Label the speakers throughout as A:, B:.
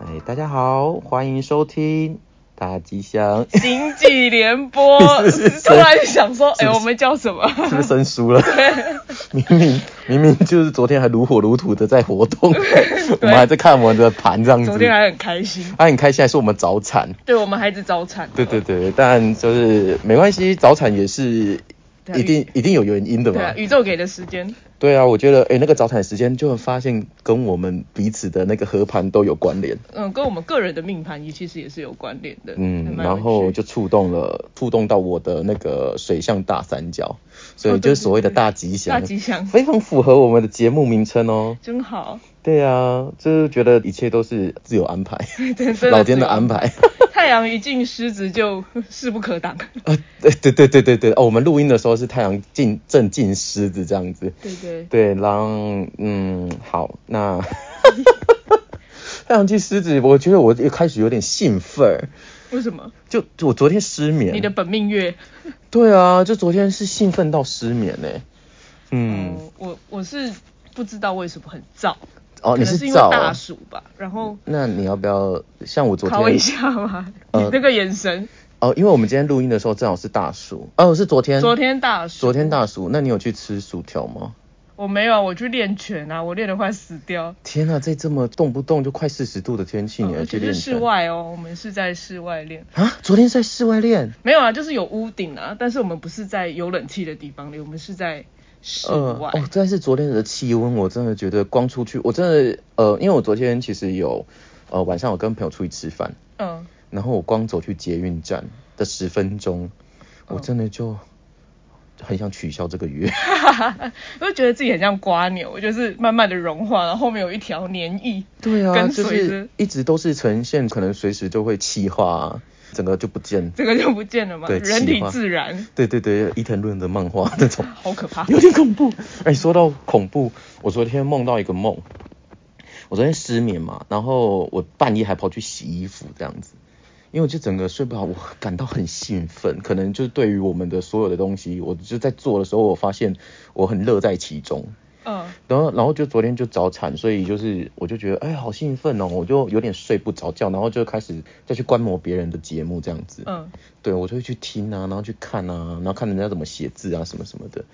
A: 哎大家好，欢迎收听大吉祥，
B: 经济联播
A: 是是，
B: 突然想说，哎、
A: 是
B: 我们叫什么？
A: 是不是生疏 了？明明明明就是昨天还如火如荼的在活动，我们还在看我们的盘这样子，啊
B: 昨天还很开心，
A: 他很开心，还说我们早产。
B: 对我们孩子早产，
A: 对对对，但就是没关系，早产也是
B: 对啊
A: 一定一定有原因的
B: 对啊
A: 嘛，。
B: 宇宙给的时间，
A: 对啊，我觉得诶、那个早产时间就会发现跟我们彼此的那个合盘都有关联，
B: 嗯，跟我们个人的命盘也其实也是有关联的，还
A: 嗯，
B: 蛮有
A: 然后
B: 趣
A: 就触动了触动到我的那个水象大三角，所以
B: 哦对
A: 就是所谓的
B: 对对
A: 大吉祥，
B: 大吉祥
A: 非常符合我们的节目名称哦。
B: 真好，
A: 对啊，就是觉得一切都是自有安排，
B: 真的
A: 老天的
B: 是
A: 安 排。
B: 太阳一进狮子就势不可挡，
A: 啊，对对对对对对，哦，我们录音的时候是太阳进正进狮子这样子，
B: 对对，
A: 对，然后嗯，好， 那太阳进狮子，我觉得我一开始有点兴奋儿，
B: 为什么？
A: 就就我昨天失眠，
B: 你的本命月，
A: 对啊，就昨天是兴奋到失眠欸呢、嗯，
B: 嗯，我我是不知道为什么很燥，
A: 哦，
B: 可
A: 你
B: 能是因为
A: 早
B: 大
A: 啊，
B: 暑吧，然后
A: 那你要不要像我昨
B: 考一
A: 天
B: 下嘛，
A: 呃
B: 你 那个眼神，
A: 哦，因为我们今天录音的时候正好是大暑，哦，是昨天，
B: 昨天大暑，
A: 昨天大暑，那你有去吃薯条吗？
B: 我没有，啊，我去练拳啊，我练得快死掉。
A: 天啊，在这么动不动就快四十度的天气，你
B: 呃
A: 还
B: 而
A: 去
B: 且
A: 练
B: 是
A: 拳？
B: 室外哦，我们是在室外练。
A: 啊？昨天在室外练？
B: 没有啊，就是有屋顶啊，但是我们不是在有冷气的地方练，我们是在室
A: 呃，
B: 外。
A: 哦，但是昨天的气温，我真的觉得光出去，我真的呃，因为我昨天其实有呃晚上我跟朋友出去吃饭，
B: 嗯，
A: 然后我光走去捷运站的十分钟，我真的就很想取消这个约。
B: 我就觉得自己很像瓜牛，就是慢慢的融化，然后后面有一条黏液。
A: 对啊，
B: 跟
A: 就
B: 随
A: 是
B: 着
A: 一直都是呈现，可能随时就会气化、啊整个就不见。
B: 这个就不见了嘛，
A: 对
B: 人
A: 气
B: 体
A: 化
B: 自燃，
A: 对对对，伊藤润的漫画那种，
B: 好可怕。
A: 有点恐怖。哎、说到恐怖，我昨天梦到一个梦，我昨天失眠嘛，然后我半夜还跑去洗衣服这样子，因为我就整个睡不好，我感到很兴奋，可能就是对于我们的所有的东西，我就在做的时候，我发现我很乐在其中。
B: 嗯，
A: 然后，然后就昨天就早产，所以就是我就觉得，哎，好兴奋哦，我就有点睡不着觉，然后就开始再去观摩别人的节目这样子。
B: 嗯，
A: 对，我就会去听啊，然后去看啊，然后看人家怎么写字啊，什么什么的。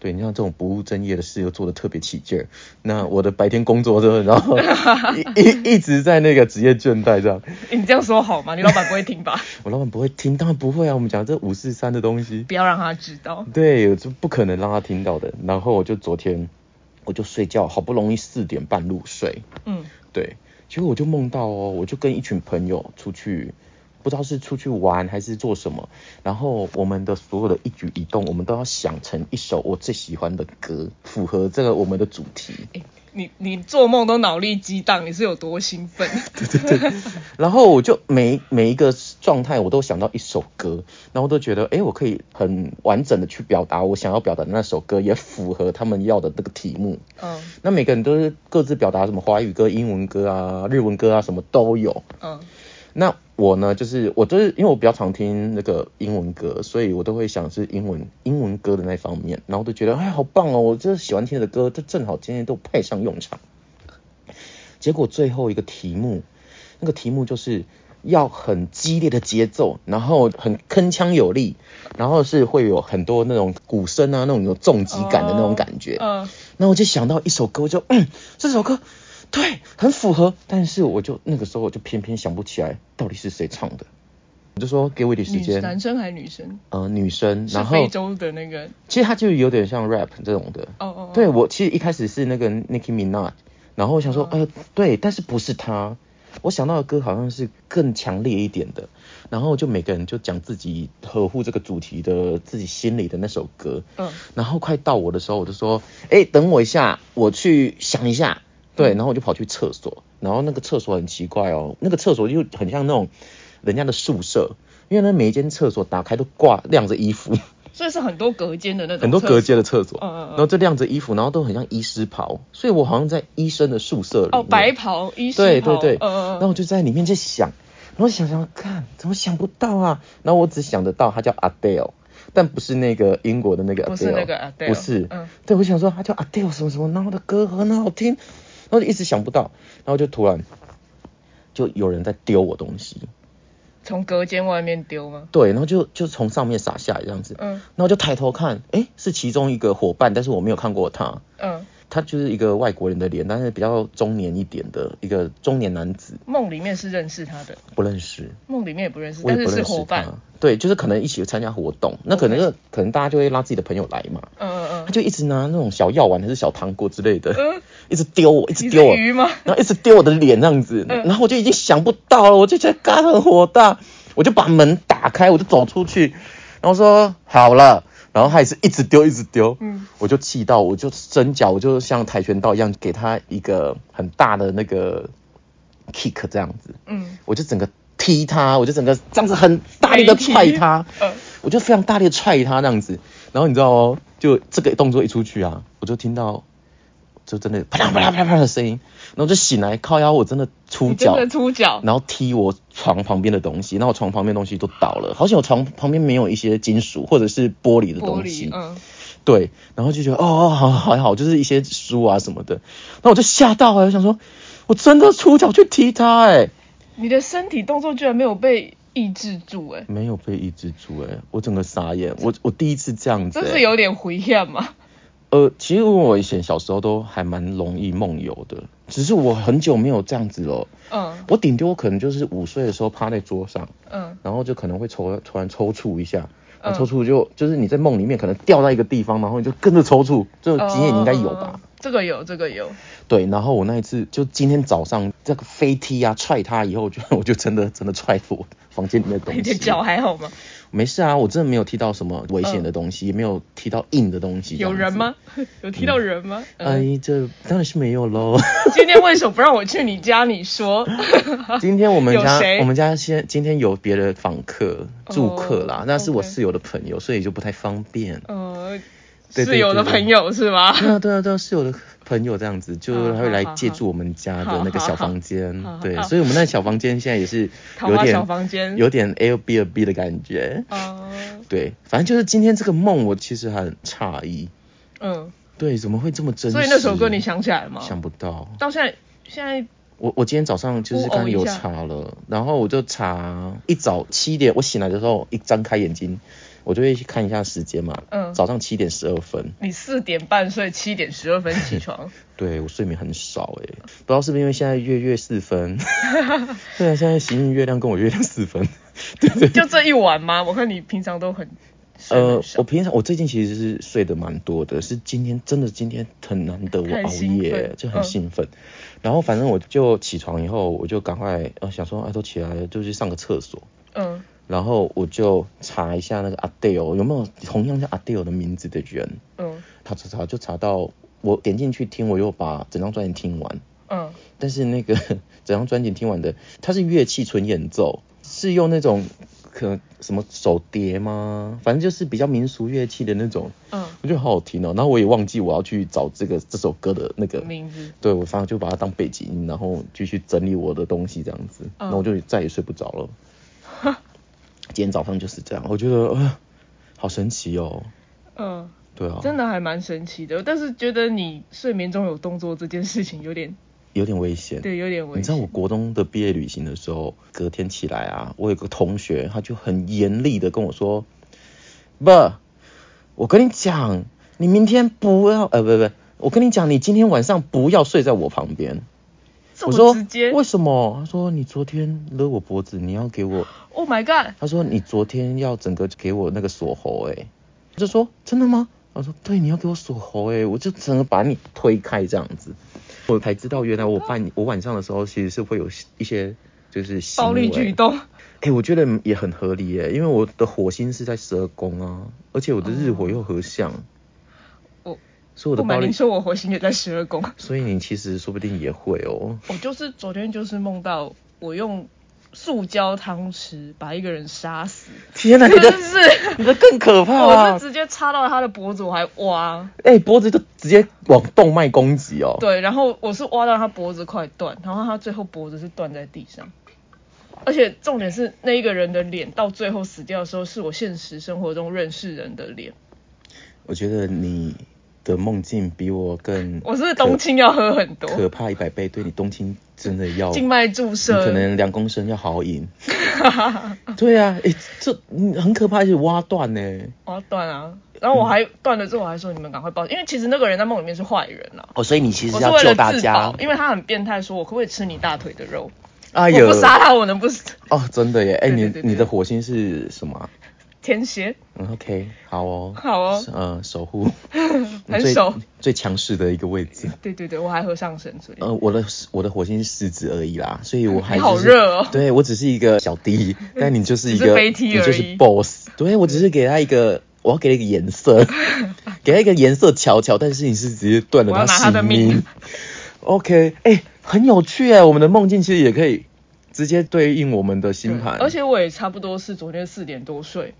A: 对你像这种不务正业的事又做的特别起劲儿，那我的白天工作的，然后一一一直在那个职业倦怠这样。
B: 诶你这样说好吗？你老板不会听吧？
A: 我老板不会听，当然不会啊，我们讲这五四三的东西。
B: 不要让他知道。
A: 对，就不可能让他听到的。然后我就昨天我就睡觉，好不容易四点半入睡，
B: 嗯，
A: 对，结果我就梦到哦，我就跟一群朋友出去，不知道是出去玩还是做什么，然后我们的所有的一举一动，我们都要想成一首我最喜欢的歌，符合这个我们的主题。
B: 诶你你做梦都脑力激荡，你是有多兴 奋？
A: 然后我就每每一个状态我都想到一首歌，然后我都觉得，哎，我可以很完整的去表达我想要表达的那首歌，也符合他们要的那个题目。
B: 嗯
A: 那每个人都是各自表达什么华语歌、英文歌啊、日文歌啊，什么都有。
B: 嗯
A: 那我呢，就是我就是因为我比较常听那个英文歌，所以我都会想是英文英文歌的那方面，然后就觉得哎好棒哦，我就是喜欢听的歌，这正好今天都派上用场。结果最后一个题目，那个题目就是要很激烈的节奏，然后很铿锵有力，然后是会有很多那种鼓声啊，那种有重击感的那种感觉。
B: 嗯，
A: 那我就想到一首歌，我就嗯，这首歌对，很符合，但是我就那个时候我就偏偏想不起来到底是谁唱的，我就说给我一点时
B: 女男
A: 间，
B: 生还是女生？
A: 呃，女生，
B: 是
A: 然后
B: 非洲的那个
A: 其实它就有点像 rap 这种的，
B: 哦哦，哦
A: 对我其实一开始是那个 Nicki Minaj，然后我
B: 哦
A: 想说，呃，对，但是不是他，我想到的歌好像是更强烈一点的，然后就每个人就讲自己合乎这个主题的自己心里的那首歌，
B: 嗯
A: 然后快到我的时候，我就说，哎，等我一下，我去想一
B: 嗯
A: 下。对，然后我就跑去厕所，然后那个厕所很奇怪哦，那个厕所就很像那种人家的宿舍，因为呢每一间厕所打开都挂晾着衣服，
B: 所以是很多隔间的那种，
A: 很多隔。间的厕所，
B: 嗯嗯嗯嗯
A: 然后就晾着衣服，然后都很像医师袍，所以我好像在医生的宿舍里面
B: 哦，白袍、医
A: 对对
B: 师袍，
A: 对，
B: 嗯
A: 然后
B: 嗯
A: 我就在里面在想，然后想想看，怎么想不到啊？然后我只想得到他叫 Adele，但不是那个英国的那个 Adele，
B: 不是那个 Adele，
A: 不是
B: 嗯
A: 对，我想说他叫 Adele 什么什么，然后他的歌很好听，然后就一直想不到，然后就突然就有人在丢我东西，
B: 从隔间外面丢吗？
A: 对，然后就就从上面洒下来这样子，
B: 嗯
A: 然后就抬头看，诶，是其中一个伙伴，但是我没有看过他，
B: 嗯，
A: 他就是一个外国人的脸，但是比较中年一点的一个中年男子，
B: 梦里面是认识他的，
A: 不认识，
B: 梦里面也不认识，
A: 我也
B: 但
A: 不
B: 是是
A: 认
B: 伙
A: 识
B: 伴。
A: 他。对，就是可能一起参加活动，那可能就可能大家就会拉自己的朋友来嘛，
B: 嗯嗯
A: 他就一直拿那种小药丸还是小糖果之类的，
B: 嗯嗯，
A: 一直丢我，一直
B: 你
A: 丢
B: 是
A: 我，
B: 鱼吗？
A: 然后一直丢我的脸这样子，
B: 嗯
A: 然后我就已经想不到了，我就觉得干很火大，我就把门打开，我就走出去，然后说好了，然后他也是一直丢一直丢，
B: 嗯
A: 我就气到，我就伸脚，我就像跆拳道一样给他一个很大的那个 kick 这样子，
B: 嗯，
A: 我就整个踢他，我就整个这样子很大力的踹他，
B: 嗯
A: 我就非常大力的踹他这样子，然后你知道哦，就这个动作一出去啊，我就听到就真的啪啦啪啦啪啦啪啦的声音，然后就醒来靠腰，我真的出
B: 你真
A: 脚，
B: 的出脚，
A: 然后踢我床旁边的东西，然后我床旁边的东西都倒了，好险我床旁边没有一些金属或者是玻璃的
B: 玻
A: 东西
B: 璃，，嗯，
A: 对，然后就觉得哦哦好还好，就是一些书啊什么的，那我就吓到了，我想说我真的出脚去踢他哎、
B: 你的身体动作居然没有被抑制住，哎，
A: 没有被抑制住哎、我整个傻眼，我我第一次这样子、
B: 这
A: 欸，
B: 是有点回向嘛？
A: 呃，其实我以前小时候都还蛮容易梦游的，只是我很久没有这样子了。
B: 嗯
A: 我顶多可能就是午睡的时候趴在桌上，
B: 嗯
A: 然后就可能会抽突然抽搐一下，然
B: 嗯
A: 后抽搐就、就是你在梦里面可能掉到一个地方，然后你就跟着抽搐，这个经验你应该有吧？
B: 嗯？嗯嗯嗯这个有，这个有，
A: 对，然后我那一次就今天早上这个飞踢啊踹他以后，我就 我就真的真的踹我房间里面的东
B: 你的
A: 西。
B: 脚还好吗？
A: 没事啊，我真的没有踢到什么危险的东西，也没有踢到硬的东西。
B: 嗯有人？吗？ 有踢到人吗？嗯，
A: 哎，这当然是没有 喽。
B: 今天为什么不让我去你家？你说，
A: 今天我们
B: 有
A: 家
B: 谁
A: 我们家先今天有别的访客
B: 哦
A: 住客啦，那是我
B: OK
A: 室友的朋友，所以就不太方便。
B: 呃，
A: 对对
B: 室友的
A: 对
B: 朋友是吗？
A: 对啊对啊对啊，室友的朋友这样子，就
B: 好
A: 他会来
B: 好
A: 借
B: 好
A: 住我们家
B: 好
A: 的那个
B: 好
A: 小
B: 好
A: 房间
B: 好，
A: 对
B: 好，
A: 所以我们那小房间现在也是
B: 桃
A: 有
B: 花
A: 点
B: 小房间
A: 有点 Airbnb 的感觉。
B: 哦，
A: 对，反正就是今天这个梦，我其实很诧异，
B: 嗯，
A: 对，怎么会这么真实？
B: 所以那首歌你想起来吗？
A: 想不到，
B: 到现在，现在
A: 我我今天早上就是刚
B: 哦
A: 刚
B: 一
A: 有
B: 下
A: 查了，然后我就查一早七点，我醒来的时候一张开眼睛，我就会去看一下时间嘛，
B: 嗯
A: 早上七点十二分，
B: 你四点半睡，七点十二分 起床，
A: 对我睡眠很少哎、
B: 嗯
A: 不知道是不是因为现在月月四 分，对啊，现在行运月亮跟我月亮四分，
B: 就这一晚吗？我看你平常都很睡
A: 呃
B: 很，少
A: 我平常我最近其实是睡得蛮多的，是今天真的今天很难得我
B: 太
A: 熬
B: 兴
A: 夜
B: 奋，
A: 就很
B: 嗯
A: 兴奋，然后反正我就起床以后我就赶快呃想说啊都起来了就去上个厕所。
B: 嗯
A: 然后我就查一下那个 Adele 有没有同样叫 Adele 的名字的人，
B: 嗯
A: 他查查就查到我点进去听，我又把整张专辑听完，
B: 嗯，
A: 但是那个 整张专辑听完的，它是乐器纯演奏，是用那种可什么手碟吗？反正就是比较民俗乐器的那种，
B: 嗯
A: 我觉得好好听哦。然后我也忘记我要去找这个这首歌的那个
B: 名字
A: 对我反正就把它当背景音，然后继续整理我的东西这样子，
B: 嗯
A: 然后我就再也睡不着 了。今天早上就是这样，我觉得呃好神奇哦，
B: 嗯，
A: 对啊，
B: 真
A: 的
B: 的还蛮神奇的，但是觉得你睡眠中有动作这件事情有点
A: 有点危险。
B: 对，有点危
A: 你知道我
B: 险。
A: 国中的毕业旅行的时候，隔天起来啊，我有个同学他就很严厉的跟我说，不，我跟你讲，你明天不要，呃，不不，我跟你讲，你今天晚上不要睡在我旁边。
B: 这
A: 我
B: 么
A: 说
B: 直接
A: 为什么？他说你昨天勒我脖子，你要给我
B: ，Oh my god！
A: 他说你昨天要整个给我那个锁喉哎，我就说真的吗？他说对，你要给我锁喉哎，我就整个把你推开这样子，我才知道原来我半我晚上的时候其实是会有一些就是行
B: 暴力
A: 为
B: 举动，
A: 哎、我觉得也很合理哎，因为我的火星是在十二宫啊，而且我的日火又合相，
B: 我
A: 所以哦我的
B: 不
A: 暴
B: 瞒
A: 力
B: 您，说，我火星也在十二宫。
A: 所以你其实说不定也会哦，
B: 我就是昨天就是梦到我用塑胶汤匙把一个人杀死，
A: 天哪，你
B: 真
A: 的
B: 是，
A: 你的更可怕
B: 我
A: 啊
B: 是！直接插到他的脖子，我还挖，
A: 哎、脖子就直接往动脉攻击哦。
B: 对，然后我是挖到他脖子快断，然后他最后脖子是断在地上，而且重点是那一个人的脸到最后死掉的时候，是我现实生活中认识人的脸，
A: 我觉得你的梦境比我更
B: 我是不是冬青要喝很
A: 可
B: 多，
A: 怕一百倍，对你冬青真的要
B: 静脉注
A: 你
B: 射，
A: 可能两公升要好 饮。对啊，诶、这嗯很可怕，而且挖断呢、
B: 我要断啊。然后我还断了之后，我还说你们赶快报警，因为其实那个人在梦里面是坏人啦、
A: 哦，所以你其
B: 我
A: 实
B: 是
A: 要
B: 为
A: 救
B: 了
A: 大
B: 自
A: 家
B: 保，。因为他很变态，说我可不可以吃你大腿的肉？
A: 哎
B: 我不杀他，我能不死？
A: 哦，真的耶！哎、
B: 对
A: 你
B: 对对对
A: 你的火星是什么啊、
B: 天蝎，
A: 嗯，OK，好哦，
B: 好哦，
A: 呃，守护
B: 很
A: 最
B: 熟
A: 最强势的一个位置。
B: 对对对，我还合上身，所以、
A: 呃，我的我的火星是狮子而已啦，所以我还、
B: 你
A: 就是、
B: 好热哦
A: 对我只是一个小 弟，但你就是一
B: 只是
A: 个
B: 飞梯
A: 你
B: 而已
A: 就是 boss，对我只是给他一个，我要给他一个颜 色，给他一个颜色瞧瞧，但是你是直接断了
B: 我要拿他
A: 性
B: 的
A: 命。
B: 命
A: OK，哎、很有趣哎，我们的梦境其实也可以直接对应我们的星盘，
B: 而且我也差不多是昨天四点多睡，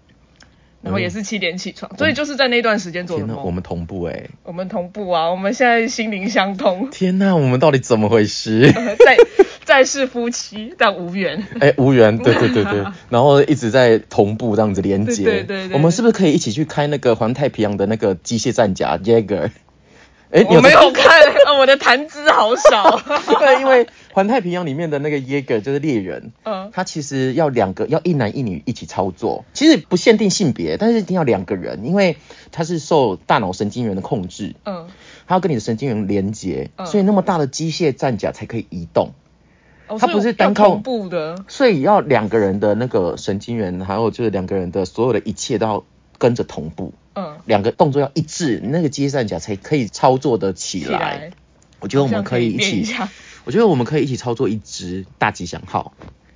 B: 然后也是七点起床，所以就是在那段时间做的
A: 嗯天哪，我
B: 梦。
A: 们同步哎，，
B: 我们同步啊，我们现在心灵相通
A: 天哪，我们到底怎么回事？
B: 再再是夫妻，但无缘。
A: 哎、无缘，对对对 对，然后一直在同步这样子连接。
B: 对对对对
A: 我们是不是可以一起去开那个环太平洋的那个机械战甲 Jagger？哎、你
B: 我没
A: 在
B: 有看， 呃我的谈资好少。
A: 对，因为环太平洋里面的那个 Jagger 就是猎人，
B: 嗯，
A: 他其实要两个，要一男一女一起操作，其实不限定性别，但是一定要两个人，因为他是受大脑神经元的控制，
B: 嗯，
A: 他要跟你的神经元连接，
B: 嗯
A: 所以那么大的机械战甲才可以移动。
B: 哦
A: 它不是单靠
B: 所以要同步的，
A: 所以要两个人的那个神经元，还有就是两个人的所有的一切都要跟着同步，
B: 嗯，
A: 两个动作要一致，那个机械战甲才可以操作的起来。我觉得我们可以一
B: 好像可以练一
A: 起，
B: 下。
A: 我觉得我们可以一起操作一只大吉祥号。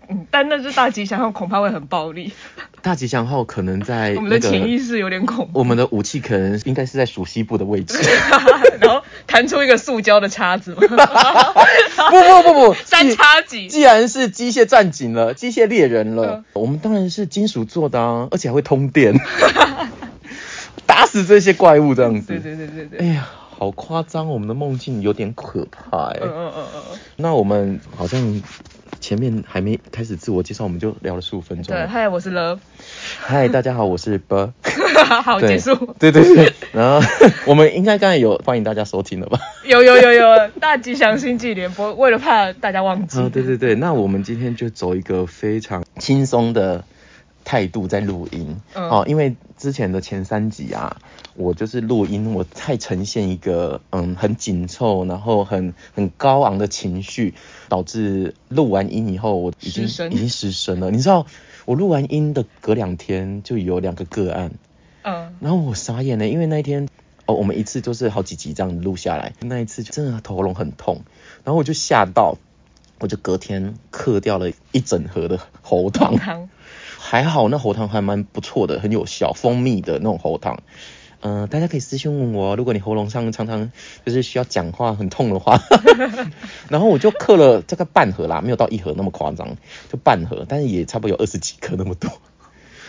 B: 嗯，但那只大吉祥号恐怕会很暴力，
A: 大吉祥号可能在
B: 我们的
A: 哎那个
B: 潜意识有点恐怖，
A: 我们的武器可能应该是在属西部的位置。
B: 然后弹出一个塑胶的叉子嘛，
A: 不不不不，
B: 三
A: 既
B: 叉戟，
A: 既然是机械战警了，机械猎人了
B: 嗯，
A: 我们当然是金属做的啊，而且还会通电，打死这些怪物这样子。
B: 对对对对对，
A: 哎呀，好夸张！我们的梦境有点可怕哎、
B: 嗯嗯嗯嗯
A: 那我们好像前面还没开始自我介绍，我们就聊了十五分
B: 嗯，
A: 钟
B: 对，
A: 了。
B: 嗨，我是 Love，
A: 嗨，大家好，我是 b
B: 好
A: 对
B: 结束，
A: 对对 对，然后我们应该刚才有欢迎大家收听了吧？
B: 有有有有，大吉祥星际联播，为了怕大家忘记
A: 啊，，对对对，那我们今天就走一个非常轻松的态度在录音、
B: 嗯
A: 哦，因为之前的前三集啊，我就是录音，我太呈现一个嗯很紧凑，然后很很高昂的情绪，导致录完音以后我已经
B: 失声
A: 已经失声了。你知道我录完音的隔两天就有两个个案，
B: 嗯，
A: 然后我傻眼了，因为那一天哦，我们一次就是好几集这样录下来，那一次就真的喉咙很痛，然后我就吓到，我就隔天嗑掉了一整盒的喉糖，
B: 汤，
A: 还好那喉糖还蛮不错的，很有效，蜂蜜的那种喉糖。嗯、大家可以私信问我，如果你喉咙上常常就是需要讲话很痛的话， 然后我就嗑了这个半盒啦，没有到一盒那么夸张，就半盒，但是也差不多有二十几颗那么多。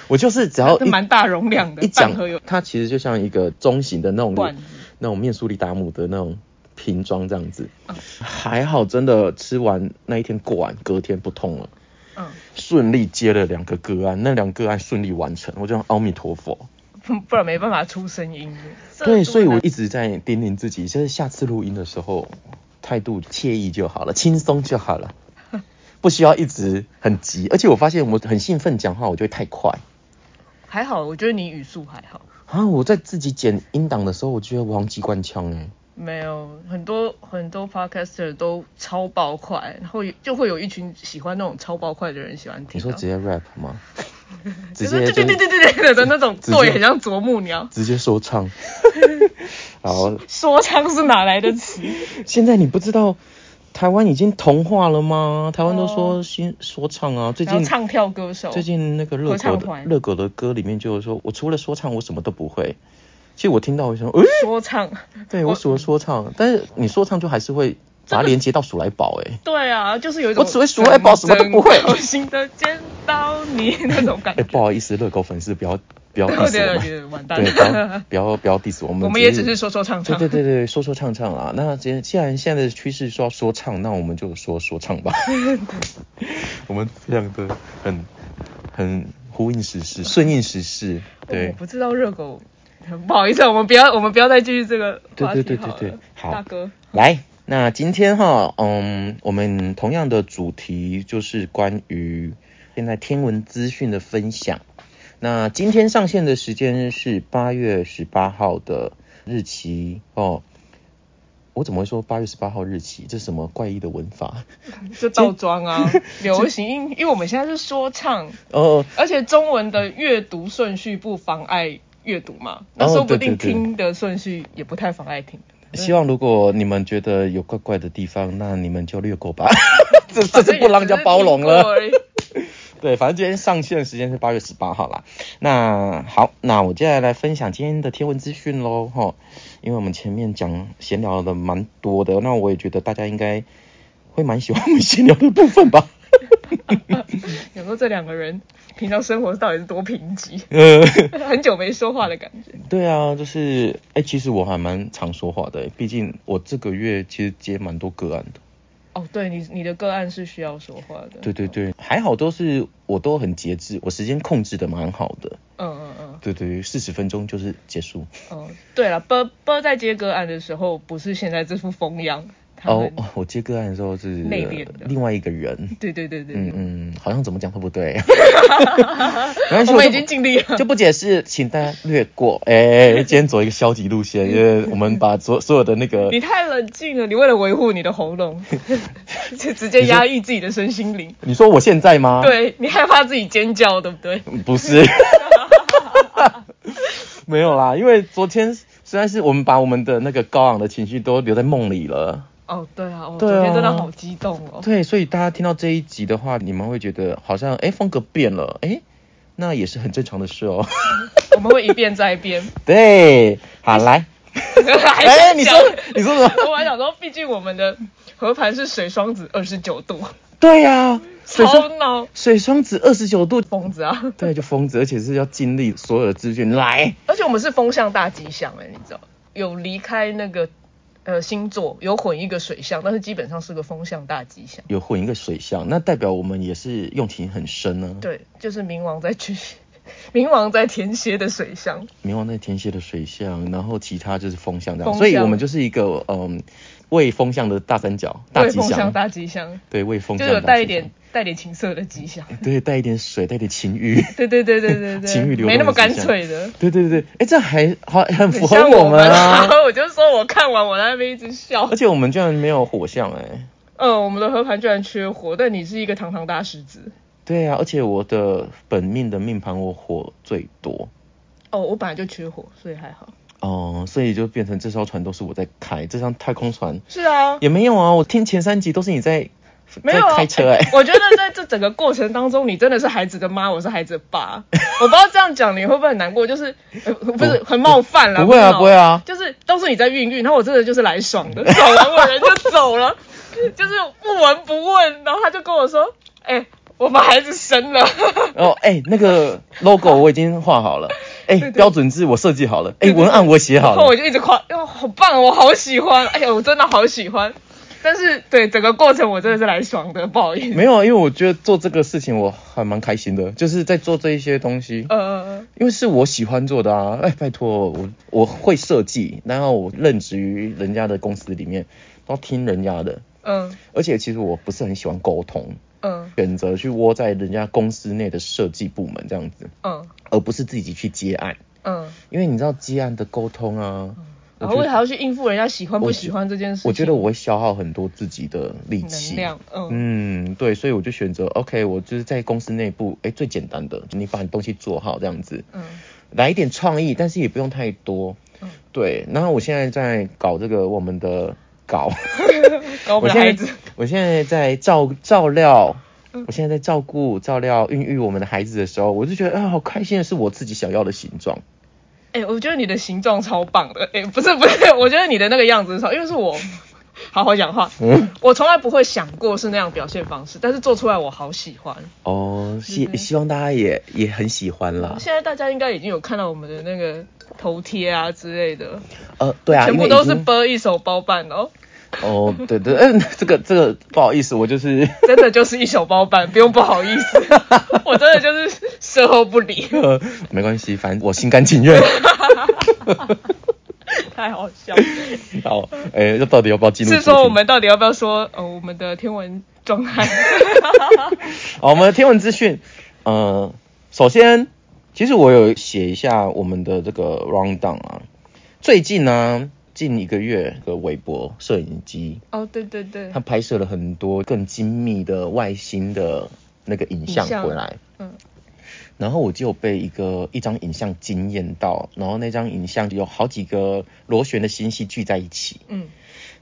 A: 我就是只要
B: 这
A: 一
B: 蛮大容量的，
A: 哦一
B: 半
A: 讲
B: 盒有，
A: 它其实就像一个中型的那种
B: 罐子
A: 那种面苏里达姆的那种瓶装这样子。
B: 嗯
A: 还好，真的吃完那一天过完，隔天不痛了，
B: 嗯。
A: 顺利接了两个个案，那两个个案顺利完成，我就想阿弥陀佛。
B: 不不然没办法出声音的。这
A: 对，
B: 多
A: 所以我
B: 难
A: 一直在叮咛自己，就是下次录音的时候态度惬意就好了，轻松就好 了。不需要一直很急，而且我发现我很兴奋讲话，我就会太快
B: 还好，我觉得你语速还好，
A: 啊！我在自己剪音档的时候，我觉得我好像机关枪哎、
B: 没有很多很多 podcaster 都超爆快，然后就会有一群喜欢那种超爆快的人喜欢听
A: 你
B: 到。
A: 说直接 rap 吗？
B: 就
A: 直
B: 是
A: 接就
B: 对对
A: 是
B: 对对对对的那种，
A: 直接
B: 对，很像啄木鸟。
A: 直接说 唱。好，
B: 说唱是哪来的词？
A: 现在你不知道台湾已经同化了吗？台湾都说
B: 哦
A: 新说唱啊，最
B: 然后
A: 近
B: 唱跳歌手。
A: 最近那个热
B: 合
A: 狗
B: 唱
A: 的
B: 团
A: 热狗的歌里面就有说，我除了说唱我什么都不会。其实我听到我 想，诶、
B: 说唱。
A: 对我除了说唱，但是你说唱就还是 会把它连接到鼠来宝、诶。
B: 对啊，就是有一种
A: 我只会数外包什么都不会
B: 好心的见到你那种感
A: 哎、
B: 觉。
A: 不好意思，热狗粉丝不要哎不要
B: 对
A: diss
B: 对
A: 我
B: 对，
A: 们，
B: 完蛋
A: 对，不要
B: 了。
A: 不要不要 diss 我们，
B: 我们也只是说说唱
A: 对
B: 唱。
A: 对对对，说说唱唱啦。那既然既然现在的趋势说要说唱，那我们就说说唱吧。 我们非常的很很呼应时事，顺应时事。
B: 我
A: 对，
B: 不知道热狗 不好意思，我们不要，我们不要再继续这个
A: 对
B: 话
A: 对
B: 题
A: 对对
B: 好了
A: 对好
B: 大哥，
A: 来，那今天哈，嗯，我们同样的主题就是关于现在天文资讯的分享。那今天上线的时间是八月十八号的日期哦。我怎么会说八月十八号日期？这是什么怪异的文法？
B: 就倒装啊， 流行，因因为我们现在是说唱，
A: 哦，
B: 而且中文的阅读顺序不妨碍阅读嘛，那
A: 哦
B: 说
A: 对
B: 不
A: 对
B: 定
A: 对
B: 听的顺序也不太妨碍听。
A: 希望如果你们觉得有怪怪的地方，那你们就略过吧。 这这是不让人家包容了。
B: 反正 也只是听过而已。
A: 对，反正今天上线的时间是八月十八号啦。那好，那我接下来来分享今天的天文资讯喽，哈，因为我们前面讲闲聊的蛮多的，那我也觉得大家应该会蛮喜欢我们闲聊的部分 吧。
B: 有时候这两个人平常生活到底是多贫瘠，
A: 呃，
B: 很久没说话的感觉。
A: 对啊，就是，哎、其实我还蛮常说话的，毕竟我这个月其实接蛮多个案的。
B: 哦，对你你的个案是需要说话的。
A: 对对对，还好都是我都很节制，我时间控制的蛮好的。
B: 嗯嗯嗯
A: 对对对，四十分钟就是结束。
B: 嗯，对了，波波在接个案的时候，不是现在这副疯样，他
A: 哦
B: 们，
A: 哦我接个案的时候是
B: 内敛的
A: 另外一个人。
B: 对对对对，
A: 嗯
B: 对
A: 嗯，好像怎么讲都不 对，没关系
B: 我
A: 我
B: 们
A: 就
B: 已经尽力了。
A: 就不解释，请大家略 过。哎、今天走一个消极路线，因为我们把所所有的那个
B: 你太冷静了，你为了维护你的喉 咙，就直接压抑自己的身心灵。
A: 你说我现在吗？，
B: 对你害怕自己尖叫，对不对？
A: 不是， 没有啦，因为昨天虽然是我们把我们的那个高昂的情绪都留在梦里了，
B: 哦，对啊，我
A: 对啊
B: 昨天真的好激动哦。
A: 对，所以大家听到这一集的话，你们会觉得好像哎、风格变了，哎、那也是很正常的事哦。
B: 我们会一遍再一遍。
A: 对，好来，哎、
B: 哎
A: 你说你说什么？
B: 我还想说，毕竟我们的合盘是水双子二十九度，
A: 对呀、水
B: 超
A: 双
B: 闹
A: 水双子二十九度，
B: 疯子啊！
A: 对，就疯子，而且是要经历所有的资讯来。
B: 而且我们是风向大吉祥哎、你知道，有离开那个呃星座，有混一个水象，但是基本上是个风向大吉祥。
A: 有混一个水象，那代表我们也是用情很深啊呢、，
B: 对，就是冥王在巨蟹， 冥王在天蝎的水象，
A: 冥王在天蝎的水象，然后其他就是风象这样，
B: 风
A: 所以
B: 象
A: 我们就是一个嗯，为风象的大三角，大
B: 对，
A: 吉
B: 风向
A: 祥，
B: 大吉祥，
A: 对，为风
B: 就
A: 象
B: 有
A: 大
B: 带
A: 吉祥
B: 一点，带点情色的吉祥。
A: 对，带一点水，带一点情欲，
B: 对对对对对对，
A: 情欲流动
B: 没那么
A: 的
B: 干
A: 迹象
B: 脆的。
A: 对对对对，哎，这还好，很符合
B: 像
A: 我
B: 们
A: 们 啊，
B: 我就说我看完我在那边一直笑
A: 而。且我们居然没有火象哎、
B: 嗯，我们的和盘居然缺火，但你是一个堂堂大狮子。
A: 对啊，而且我的本命的命盘我火最多，
B: 哦，我本来就缺火，所以还好。
A: 哦、所以就变成这艘船都是我在开，这艘太空船
B: 是啊，
A: 也没有啊，我听前三集都是你在
B: 没有
A: 在
B: 啊
A: 开车 哎、
B: 我觉得在这整个过程当中，你真的是孩子的妈，我是孩子的爸。我不知道这样讲你会不会很难过，就是、呃、不是很冒犯啦。
A: 不会啊
B: 是
A: 不会啊
B: 就是都是你在孕育，然后我真的就是来爽的，爽完我人就走了，就是不闻不问，然后他就跟我说，哎、我把孩子生了。
A: 哦哎、那个 logo 我已经画好 了，哎、标准字我设计好了，哎、文案我写好
B: 然后我
A: 了，
B: 就一直夸，哦，好棒，我好喜欢，哎呀，我真的好喜欢。但是对整个过程，我真的是来爽的，不好意思。
A: 没有啊，因为我觉得做这个事情我还蛮开心的，就是在做这一些东西。
B: 呃，
A: 因为是我喜欢做的啊，哎，拜托我我会设计，然后我任职于人家的公司里面，都要听人家的，
B: 嗯
A: 而且其实我不是很喜欢沟通，
B: 嗯
A: 选择去窝在人家公司内的设计部门这样子，
B: 嗯
A: 而不是自己去接案，
B: 嗯，
A: 因为你知道接案的沟通啊，
B: 然后还要去应付人家喜欢不
A: 我
B: 喜
A: 觉
B: 欢这件事情，
A: 我觉得我会消耗很多自己的力气
B: 能。量，嗯
A: 嗯，对，所以我就选择 OK，我就是在公司内部，哎，最简单的，你把你东西做好这样子，
B: 嗯
A: 来一点创意，但是也不用太多。
B: 嗯
A: 对，然后我现在在搞这个我们的搞，
B: 搞不
A: 我
B: 了孩
A: 现
B: 子
A: 在，我现在在照照料，
B: 嗯
A: 我现在在照顾、照料、孕育我们的孩子的时候，我就觉得啊、好开心的是我自己想要的形状。
B: 哎、我觉得你的形状超棒的，哎、不是不是，我觉得你的那个样子超，因为是我。好好讲话，
A: 嗯
B: 我从来不会想过是那样表现方式，但是做出来我好喜欢。
A: 哦，
B: 对
A: 希
B: 对
A: 希望大家也也很喜欢啦。
B: 现在大家应该已经有看到我们的那个头贴啊之类的，
A: 呃，对啊，
B: 嗯全
A: 因
B: 部
A: 为
B: 都
A: 已
B: 是
A: 经
B: 波一手包办哦，
A: 哦，对对，嗯， 这个这个不好意思，我就是
B: 真的就是一手包办，不用不好意思， 我真的就是售后不理。
A: 呃没关系，反正我心甘情愿。
B: 太好笑了。
A: 好，哎、这到底要不要进入？
B: 是说我们到底要不要说呃我们的天文状 态？
A: 好，我们的天文资讯，呃，首先，其实我有写一下我们的这个 round down 啊，最近呢、近一个月的微博摄影机，
B: 哦，对对对
A: 它，拍摄了很多更精密的外星的那个影像
B: 影像
A: 回来，
B: 嗯，
A: 然后我就有被一个一张影像惊艳到，然后那张影像有好几个螺旋的星系聚在一起，
B: 嗯，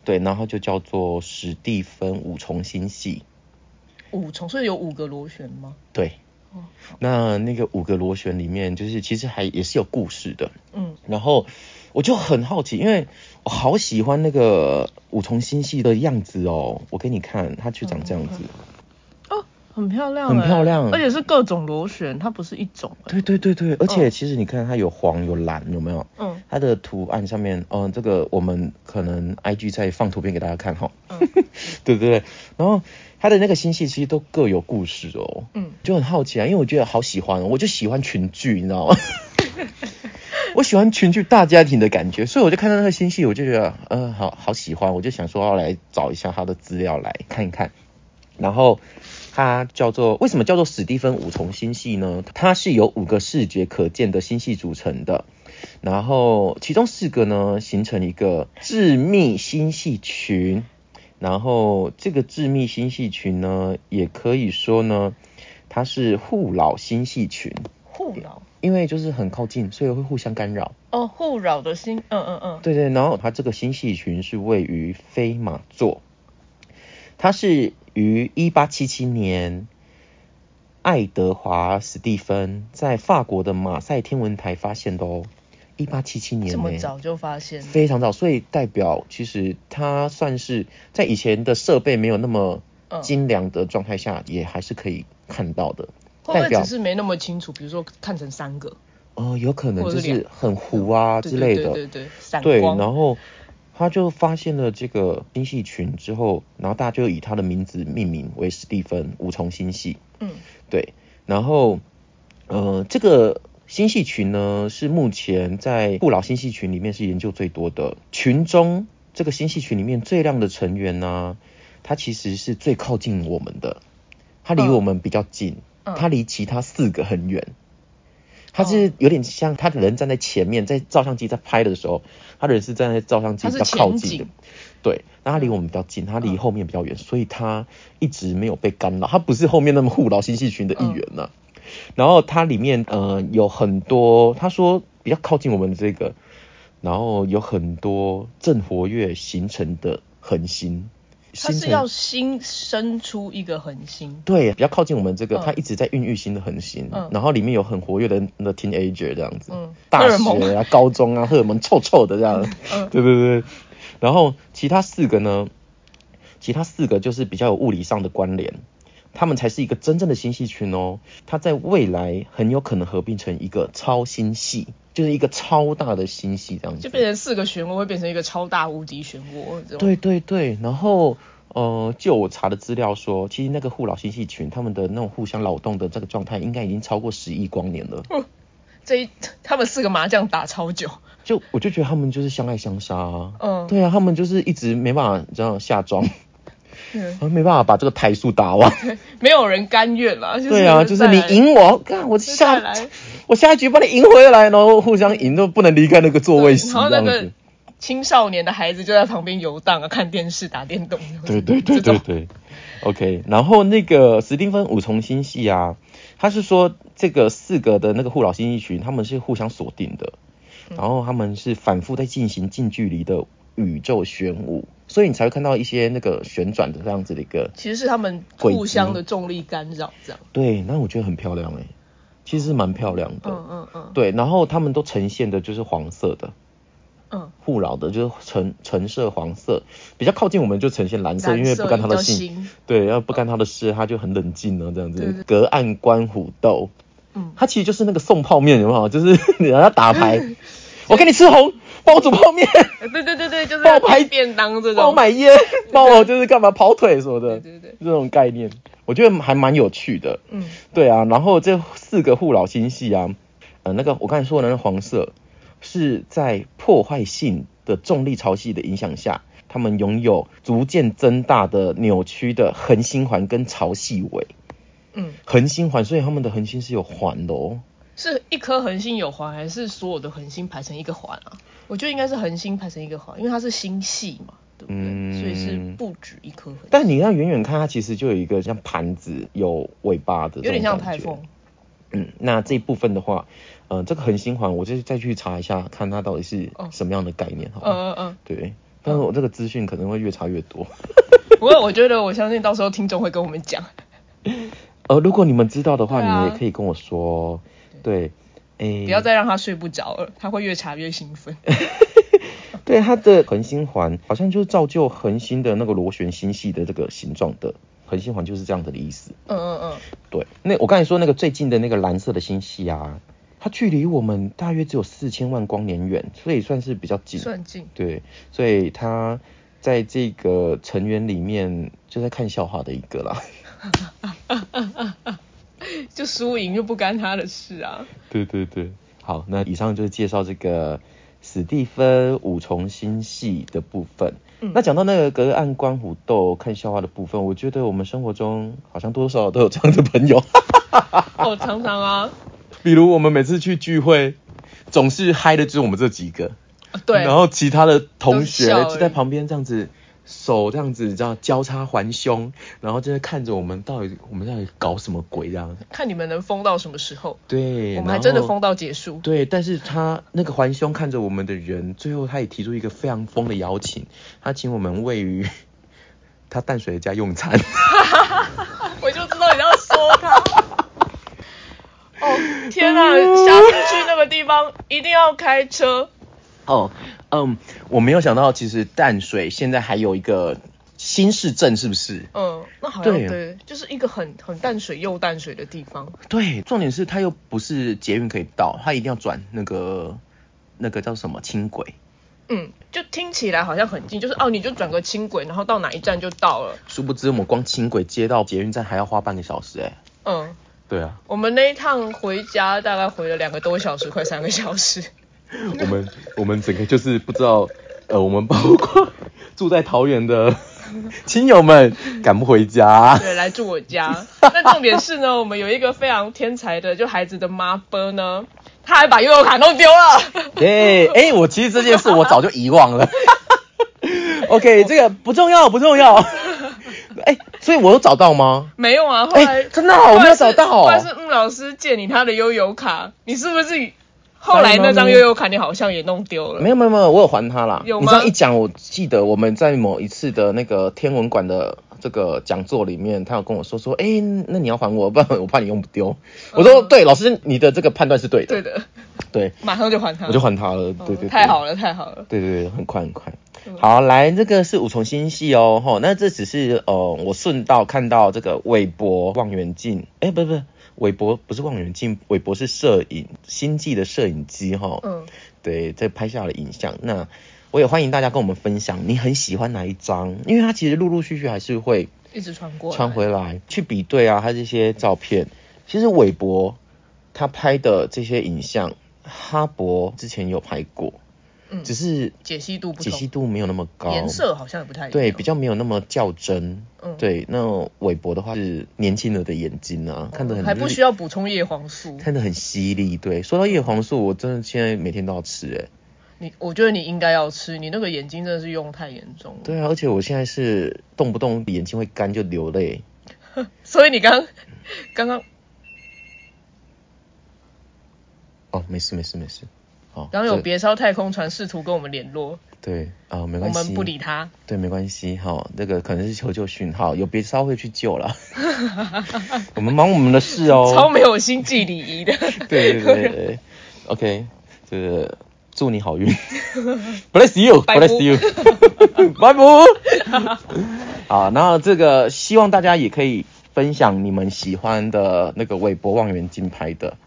A: 对，然后就叫做史蒂芬五重星系，
B: 五重，所以有五个螺旋吗？
A: 对，
B: 哦，
A: 那那个五个螺旋里面，就是其实还也是有故事的。
B: 嗯
A: 然后我就很好奇，因为我好喜欢那个五重星系的样子哦。我给你看，它就长这样子。嗯
B: 哦，很漂亮欸，
A: 很漂亮
B: 而且是各种螺旋，它不是一种欸。
A: 对对对对，而且
B: 嗯
A: 其实你看它有黄有蓝，有没有？
B: 嗯
A: 它的图案上面，嗯、这个我们可能 IG 再放图片给大家看哈。
B: 嗯
A: 对对对，然后它的那个星系其实都各有故事哦。
B: 嗯，
A: 就很好奇啊，因为我觉得好喜欢哦，我就喜欢群聚，你知道吗？ 我喜欢群聚大家庭的感觉，所以我就看到那个星系，我就觉得，嗯、好好喜欢，我就想说要来找一下他的资料来看一看。然后它叫做为什么叫做史蒂芬五重星系呢？它是由五个视觉可见的星系组成的，然后其中四个呢形成一个致密星系群，然后这个致密星系群呢，也可以说呢，它是互扰星系群，
B: 互扰
A: 因为就是很靠近，所以会互相干扰。
B: 哦，互扰的心，嗯嗯嗯，
A: 对对，然后它这个星系群是位于飞马座，它是于一八七七年，爱德华·史蒂芬在法国的马赛天文台发现的哦。一八七七年、欸，
B: 这么早就发现了，
A: 非常早，所以代表其实它算是在以前的设备没有那么
B: 嗯
A: 精良的状态下，也还是可以看到的。
B: 会不
A: 代
B: 会
A: 表
B: 只是没那么清楚？比如说看成三个
A: 哦，有可能
B: 或者
A: 就是是很糊啊
B: 对
A: 之类
B: 对
A: 的。
B: 对对对，散
A: 对，
B: 光，
A: 然后他就发现了这个星系群之后，然后大家就以他的名字命名为史蒂芬五重星系。
B: 嗯
A: 对，然后呃，这个星系群呢是目前在不老星系群里面是研究最多的群中，这个星系群里面最亮的成员呢，它其实是最靠近我们的，它离
B: 嗯
A: 我们比较近，
B: 嗯哦
A: 它离其他四个很远。它是有点像，他人站在前面，在照相机在拍的时候，他人是站在照相机
B: 它
A: 比
B: 是
A: 较靠
B: 前
A: 近的
B: 景，
A: 对，那它离
B: 嗯
A: 我们比较近，它离后面比较远，所以它一直没有被干扰，它不是后面那么互扰星系群的
B: 嗯
A: 一员呢、然后它里面呃有很多，他说比较靠近我们的这个，然后有很多正活跃形成的恒星，
B: 它
A: 形
B: 是
A: 成
B: 要新生出一个恒星，
A: 对比较靠近我们这个，
B: 嗯
A: 它一直在孕育新的恒星，
B: 嗯
A: 然后里面有很活跃的那 teenager 这样子，
B: 嗯
A: 大
B: 荷尔蒙
A: 学啊、 高中啊，荷尔蒙臭臭的这样，
B: 嗯
A: 对对对。然后其他四个呢，其他四个就是比较有物理上的关联，他们才是一个真正的星系群哦。它在未来很有可能合并成一个超星系，就是一个超大的星系这样子，
B: 就变成四个漩涡，会变成一个超大无敌漩涡这种。
A: 对对对，然后呃，就我查的资料说，其实那个互老星系群他们的那种互相劳动的这个状态，应该已经超过十亿光年了。
B: 哦这一他们四个麻将打超久，
A: 就我就觉得他们就是相爱相杀、啊，
B: 嗯
A: 对啊，他们就是一直没办法这样下庄，
B: 嗯
A: 啊没办法把这个台数打 完。
B: 没有人甘愿啦。就是、
A: 对啊，就是你，赢我，看我
B: 再
A: 下
B: 来，
A: 我下一局把你赢回来，然后互相赢，都不能离开那个座位席
B: 然
A: 这
B: 后那
A: 样
B: 个
A: 子。
B: 青少年的孩子就在旁边游荡啊，看电视、打电动。
A: 对对对对
B: 这种
A: 对，OK。然后那个史蒂芬五重星系啊，他是说这个四个的那个护老星系群，他们是互相锁定的，然后他们是反复在进行近距离的宇宙旋舞，所以你才会看到一些那个旋转的这样子的一个。
B: 其实是他们
A: 轨迹
B: 互相的重力干扰，这样。
A: 对，那我觉得很漂亮哎、其实是蛮漂亮的。
B: 嗯嗯嗯
A: 对，然后他们都呈现的就是黄色的。
B: 嗯，
A: 互扰的，就是橙橙色、黄色，比较靠近我们就呈现蓝色，
B: 蓝色
A: 因为不干他的
B: 比较
A: 性
B: 新，
A: 对，要不干他的事，他就很冷静了，这样
B: 对
A: 子
B: 对。
A: 隔岸观虎斗，
B: 嗯
A: 他其实就是那个送泡面，有没有？就是 你让他打 牌，我给你吃红，帮我煮泡面，
B: 呃对对对对，就是
A: 帮我拍
B: 便当这
A: 帮我
B: 种。
A: 买烟，帮我就是干嘛跑腿什么的，
B: 对对对
A: 这种概念，我觉得还蛮有趣的。
B: 嗯，
A: 对啊，然后这四个护老星系啊，呃，那个我刚才说的那个黄色，是在破坏性的重力潮汐的影响下，它们拥有逐渐增大的扭曲的恒星环跟潮汐尾。
B: 嗯，
A: 恒星环，所以它们的恒星是有环的哦。
B: 是一颗恒星有环，还是所有的恒星排成一个环啊？我觉得应该是恒星排成一个环，因为它是星系嘛，对不对？
A: 嗯
B: 所以是不止一颗恒星，
A: 但你要远远看，它其实就有一个像盘子有尾巴的，
B: 有点像台。风。
A: 嗯，那这一部分的话，呃，这个恒星环，我就是再去查一下，看它到底是
B: 哦
A: 什么样的概念好
B: 嗯
A: 了
B: 嗯嗯。
A: 对，但是我这个资讯可能会越查越多。
B: 不过我觉得，我相信到时候听众会跟我们讲。
A: 呃，如果你们知道的话，
B: 对啊
A: 你也可以跟我说哦。对，诶，
B: 不要再让他睡不着了，他会越查越 兴奋。
A: 对它的恒星环，好像就是造就恒星的那个螺旋星系的这个形状的恒星环，就是这样子的意思。
B: 嗯嗯嗯，
A: 对，那我刚才说那个最近的那个蓝色的星系啊，它距离我们大约只有四千万光年远，所以算是比较近。
B: 算近。
A: 对，所以它在这个成员里面就在看笑话的一个啦。
B: 啊就输赢就不干他的事 啊。
A: 对对对，好，那以上就是介绍这个史蒂芬五重星系的部分。
B: 嗯
A: 那讲到那个隔岸观虎斗看笑话的部分，我觉得我们生活中好像多多少少都有这样的朋友，
B: 哦，常常啊，
A: 比如我们每次去聚会，总是嗨的就是我们这几个，
B: 啊对，
A: 然后其他的同
B: 都
A: 学
B: 是笑而已
A: 就在旁边这样子。手这样子，你知道交叉环胸，然后就在看着我们到底我们到底搞什么鬼这样。
B: 看你们能疯到什么时候。
A: 对，
B: 我们还真的
A: 然后
B: 疯到结束。
A: 对，但是他那个环兄看着我们的人，最后他也提出一个非常疯的邀请，他请我们位于 他淡水的家用餐。
B: 我就知道你要说他。哦，天啊！下次去那个地方一定要开车。
A: 哦，嗯，我没有想到，其实淡水现在还有一个新市镇，是不是？
B: 嗯，那好像
A: 对
B: 对就是一个很很淡水又淡水的地方。
A: 对，重点是它又不是捷运可以到，它一定要转那个那个叫什么轻轨。
B: 嗯，就听起来好像很近，就是哦，你就转个轻轨，然后到哪一站就到了。
A: 殊不知我们光轻轨接到捷运站还要花半个小时、哎，
B: 嗯，
A: 对啊，
B: 我们那一趟回家大概回了两个多小时，快三个小时。
A: 我们我们整个就是不知道，呃，我们包括住在桃园 的亲友们赶不回家。
B: 对，来住我家。那重点是呢，我们有一个非常天才的，就孩子的妈妈呢，她还把悠悠卡弄丢了。
A: 对，哎、我其实这件事我早就遗忘 了。OK，这个不重要，不重要。哎、所以我有找到吗？
B: 没有啊，后来、
A: 哎真的啊我没有找到哦
B: 后来是后来是嗯老师借你他的悠游卡，你是不是后来那张悠游卡你好像也弄丢了？
A: 没有没有没有，我有还他啦。
B: 有
A: 你
B: 吗
A: 这样一讲，我记得我们在某一次的那个天文馆的这个讲座里面，他有跟我说说，哎、那你要还我，不然我怕你用不 丢。我说、
B: 嗯
A: 对，老师，你的这个判断是对的。
B: 对的，
A: 对，
B: 马上就还他。
A: 我就还他了。对对对，
B: 哦太好了，太好了。
A: 对对对，很快很快
B: 嗯。
A: 好，来，这个是五重星系哦，吼，那这只是呃，我顺道看到这个韦伯望远镜，哎，不是不是，韦伯不是望远镜，韦伯是摄影星际的摄影机哈、吼
B: 嗯，
A: 对，这拍下了影像。那我也欢迎大家跟我们分享，你很喜欢哪一张？因为它其实陆陆续续还是会
B: 一直穿过来。
A: 传回来去比对啊，他这些照片，其实韦伯他拍的这些影像，哈勃之前有拍过，
B: 嗯
A: 只是
B: 解析度不
A: 解
B: 同，
A: 析度没有那么高，
B: 颜色好像也不太一样。
A: 对比较没有那么较真。
B: 嗯
A: 对，那韦伯的话是年轻人的眼睛啊，看得很
B: 哦还不需要补充叶黄素。
A: 看得很犀利。对，说到叶黄素，我真的现在每天都要吃哎、
B: 你我觉得你应该要吃，你那个眼睛真的是用太严重了。
A: 对啊，而且我现在是动不动眼睛会干就流泪。
B: 所以你刚刚刚
A: 哦，没事没事没事。哦，
B: 刚刚有
A: 这
B: 别烧太空船试图跟我们联络，
A: 对啊、没
B: 我
A: 关系，
B: 们不理他。
A: 对，没关系哈，那个可能是求救讯号，有别稍会去救了。 我们忙我们的事哦。
B: 超没有心计礼仪的。
A: 对对对 对，OK，这个祝你好运 ，Bless you，Bless you，拜拜。 好，然后这个希望大家也可以分享你们喜欢的那个韦伯望远镜拍的，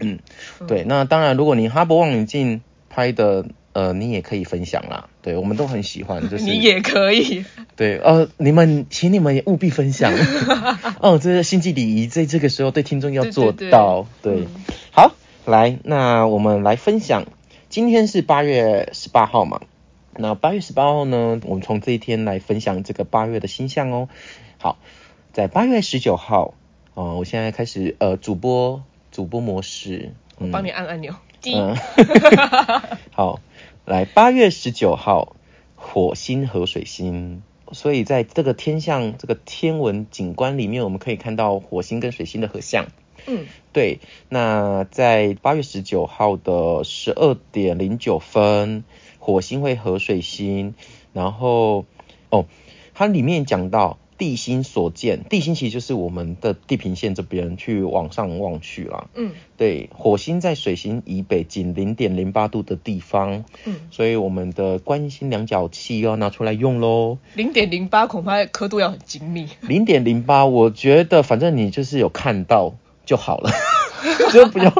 A: 嗯，对，那当然如果你哈勃望远镜拍的，呃，你也可以分享啦，对我们都很喜欢，就是
B: 你也可以，
A: 对，呃，你们，请你们也务必分 享。哦，这是星际礼仪，在这个时
B: 嗯
A: 候对听众要做到。
B: 对对对
A: 好，来，那我们来分享。今天是八月十八号嘛，那八月十八号呢，我们从这一天来分享这个八月的星象哦。好，在八月十九号，哦、我现在开始呃主播主播模式，嗯
B: 帮你按按钮。滴、
A: 嗯，好，来八月十九号，火星和水星，所以在这个天象这个天文景观里面，我们可以看到火星跟水星的合相。
B: 嗯，
A: 对，那在八月十九号的十二点零九分，火星会和水星，然后哦，它里面讲到地心所见，地心其实就是我们的地平线这边去往上望去啦。
B: 嗯
A: 对，火星在水星以北仅零点零八度的地方，
B: 嗯，
A: 所以我们的观星量角器又要拿出来用喽。
B: 零点零八恐怕刻度要很精密。
A: 零点零八，我觉得反正你就是有看到就好了， 这不要，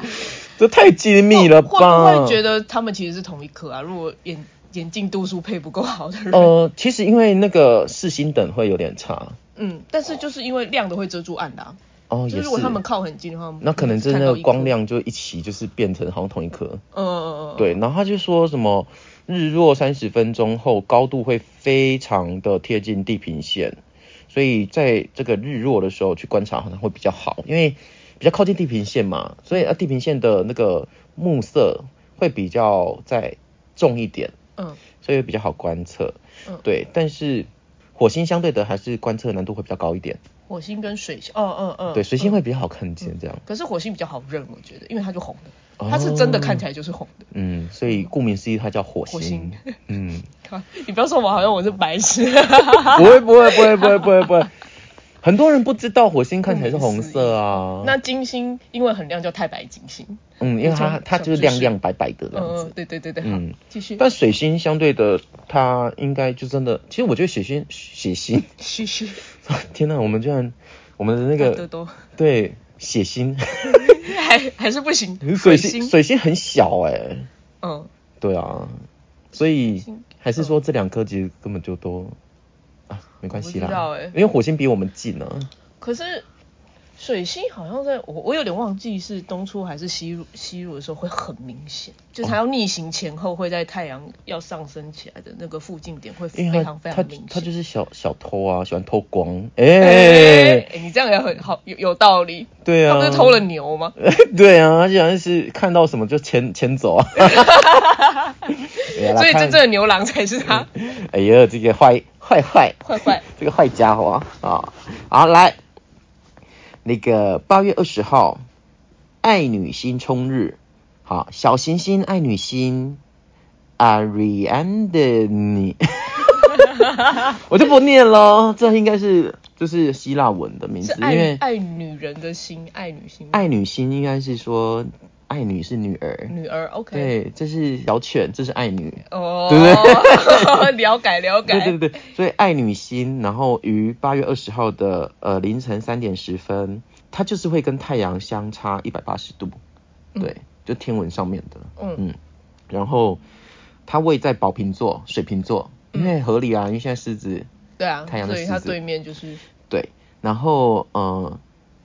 A: 这太精密了吧？
B: 会不会觉得他们其实是同一颗啊？如果眼眼镜度数配不够好的人，
A: 呃，其实因为那个四星等会有点差
B: 嗯，但是就是因为亮的会遮住暗的、啊，
A: 哦，也
B: 就是
A: 是
B: 如果他们靠很近的话，
A: 那可能
B: 只
A: 真
B: 看
A: 的
B: 到
A: 那
B: 一
A: 个
B: 颗
A: 光，亮就一起就是变成好像同一颗，
B: 嗯嗯嗯，
A: 对，然后他就说什么日落三十分钟后，高度会非常的贴近地平线，所以在这个日落的时候去观察可能会比较好，因为比较靠近地平线嘛，所以啊地平线的那个暮色会比较再重一点，
B: 嗯
A: 所以会比较好观测。
B: 嗯
A: 对，但是火星相对的还是观测难度会比较高一点，
B: 火星跟水星，嗯嗯嗯，
A: 对，水星
B: 嗯
A: 会比较好看见这样。
B: 可是火星比较好认，我觉得，因为它就红
A: 哦
B: 的，它是真的看起来就是红的。
A: 嗯，所以顾名思义，它叫火
B: 火星
A: 嗯。
B: 靠你不要说我好像我是白 痴，
A: 不会不会不会不会不会不会，很多人不知道火星看起来是红色 啊。
B: 嗯那金星因为很亮叫太白金星，
A: 嗯，因为它
B: 从
A: 它就是亮亮白白的这
B: 嗯
A: 样
B: 嗯
A: 子，。
B: 对对对对，好
A: 嗯，
B: 继续。
A: 但水星相对的，它应该就真的，其实我觉得水星血星，
B: 嘘嘘，
A: 天呐，我们居然我们的那
B: 大多
A: 个
B: 多
A: 对血 星，
B: 还还是不行，
A: 水
B: 星
A: 星，水星很小哎、
B: 嗯，
A: 对啊，所以
B: 星
A: 还是说这两颗其实根本就都啊没关系
B: 我不知道
A: 啦
B: 欸，
A: 因为火星比我们近啊。
B: 可是水星好像在我我有点忘记是东出还是西入西入的时候会很明显，就是它要逆行前后会在太阳要上升起来的那个附近点会非
A: 因为他
B: 常非
A: 他
B: 常明显。
A: 他就是是小小偷啊，喜欢偷光。哎、
B: 哎、哎你这样也很好，有有道理。
A: 对啊，
B: 他不是偷了牛吗？
A: 对啊，他竟然是看到什么就牵牵走啊。哎呀
B: 所以真
A: 看
B: 正的牛郎才是 他，
A: 哎呀，这个坏坏坏
B: 坏坏。
A: 这个坏家伙啊啊！好，来，那个八月二十号，爱女星冲日，好，小行星爱女啊星 Ariadne，我就不念喽，这应该是就是希腊文的名
B: 是
A: 字，因
B: 爱
A: 为
B: 爱女人的心，爱女心，
A: 爱女星应该是说爱女是女儿，
B: 女儿。OK，
A: 对，这是小犬，这是爱女。
B: 哦，
A: 对不
B: 了解了解。
A: 对对对，所以爱女星，然后于八月二十号的呃凌晨三点十分，它就是会跟太阳相差一百八十度，
B: 嗯
A: 对，就天文上面的，
B: 嗯
A: 嗯，然后它位在宝瓶座、水瓶座，因为合理啊，因为现在狮子，
B: 对啊，
A: 太阳的
B: 所以他
A: 狮子
B: 对面就是
A: 对，然后呃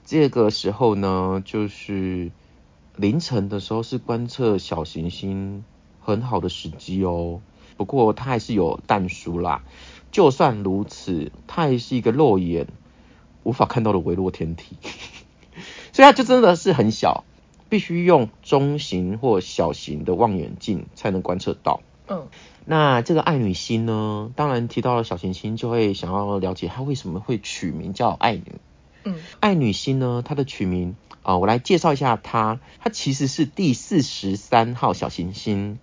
A: 这个时候呢，就是凌晨的时候是观测小行星很好的时机哦，不过它还是有淡疏啦。就算如此，它还是一个肉眼无法看到的微弱天体， 所以它就真的是很小，必须用中型或小型的望远镜才能观测到。
B: 嗯
A: 那这个爱女星呢，当然提到了小行星，就会想要了解它为什么会取名叫爱女。
B: 嗯
A: 爱女星呢，它的取名啊、呃我来介绍一下它，它其实是第四十三号小行星，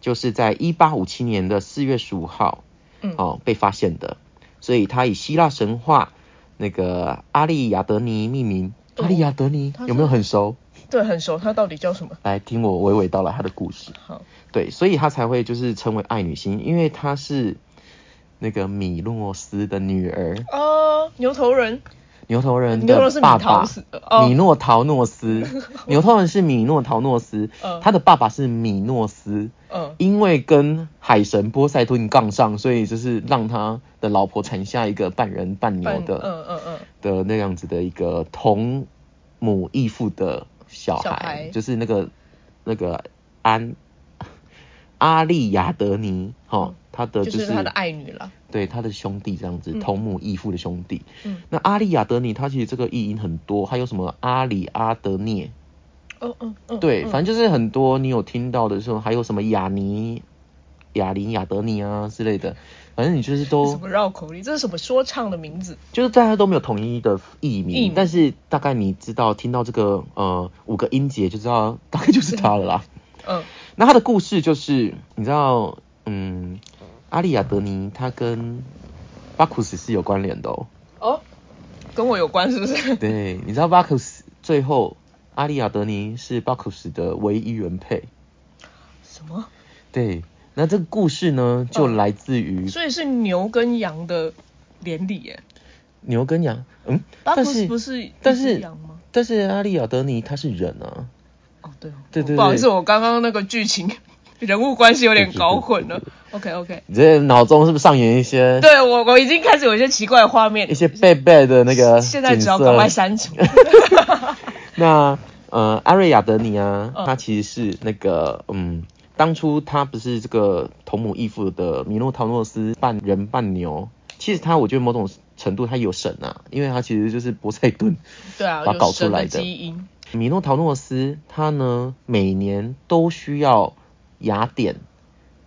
A: 就是在一八五七年的四月十五号
B: 嗯
A: 哦、被发现的，所以它以希腊神话那个阿利亚德尼命名。
B: 哦
A: 阿利亚德尼
B: 它是
A: 有没有很熟？
B: 对，很熟。他到底叫什么？
A: 来听我娓娓道来他的故事。
B: 好，
A: 对，所以她才会就是称为爱女星，因为她是那个米诺斯的女儿，
B: 哦，牛头人，
A: 牛头人
B: 牛头人
A: 的
B: 是米
A: 爸
B: 陶
A: 爸
B: 斯哦
A: 米诺陶诺 斯，牛头人是米诺陶诺斯
B: 嗯，
A: 他的爸爸是米诺斯，
B: 嗯，
A: 因为跟海神波塞顿杠上，所以就是让他的老婆产下一个半人半牛
B: 半
A: 的
B: 嗯嗯嗯，
A: 的那样子的一个同母异父的小
B: 小
A: 孩，
B: 孩
A: 就是那个那个安阿利亚德尼，哈
B: 嗯，
A: 他的
B: 就是
A: 是
B: 他的爱女啦。
A: 对他的兄弟这样子，
B: 嗯
A: 同母异父的兄弟。
B: 嗯，
A: 那阿利亚德尼，他其实这个译音很多，还有什么阿里阿德涅，
B: 哦嗯嗯，
A: 对，
B: 嗯
A: 反正就是很多你有听到的时候，还有什么雅尼、雅尼、亚德尼啊之类的，反正你就是
B: 什
A: 都
B: 么绕口令，这是什么说唱的名字？
A: 就是大家都没有统一的译
B: 译
A: 名
B: 名，
A: 但是大概你知道听到这个呃五个音节就知道大概就是它了 啦。
B: 嗯
A: 那他的故事就是你知道，嗯，阿利亚德尼他跟巴库斯是有关联的哦。
B: 哦，跟我有关是不是？
A: 对，你知道巴库斯最后阿利亚德尼是巴库斯的唯一原配。
B: 什么？
A: 对，那这个故事呢，就
B: 嗯
A: 来自于
B: 所以是牛跟羊的连理耶。
A: 牛跟羊，嗯，
B: 巴
A: 但
B: 库斯
A: 是
B: 啊不是一
A: 但
B: 只
A: 是
B: 羊吗？
A: 但是阿利亚德尼他是人啊，
B: 哦对哦，
A: 对对
B: 不好
A: 对
B: 意思，我刚刚那个剧情人物关系有点搞混了。OK OK，
A: 你这脑中是不是上演一些
B: 对我我已经开始有一些奇怪的画面
A: 一，些贝贝的那个
B: 现在只要
A: 景色啊
B: 赶快删除。
A: 那呃，阿瑞亚德尼啊，
B: 嗯
A: 他其实是那个嗯，当初他不是这个同母异父的米诺陶诺斯半人半牛，其实他我觉得某种程度他有神啊，因为他其实就是波塞顿。
B: 对 啊，
A: 把它
B: 有
A: 搞出
B: 神
A: 来
B: 的
A: 的
B: 基因。
A: 米诺陶诺斯他呢每年都需要雅典，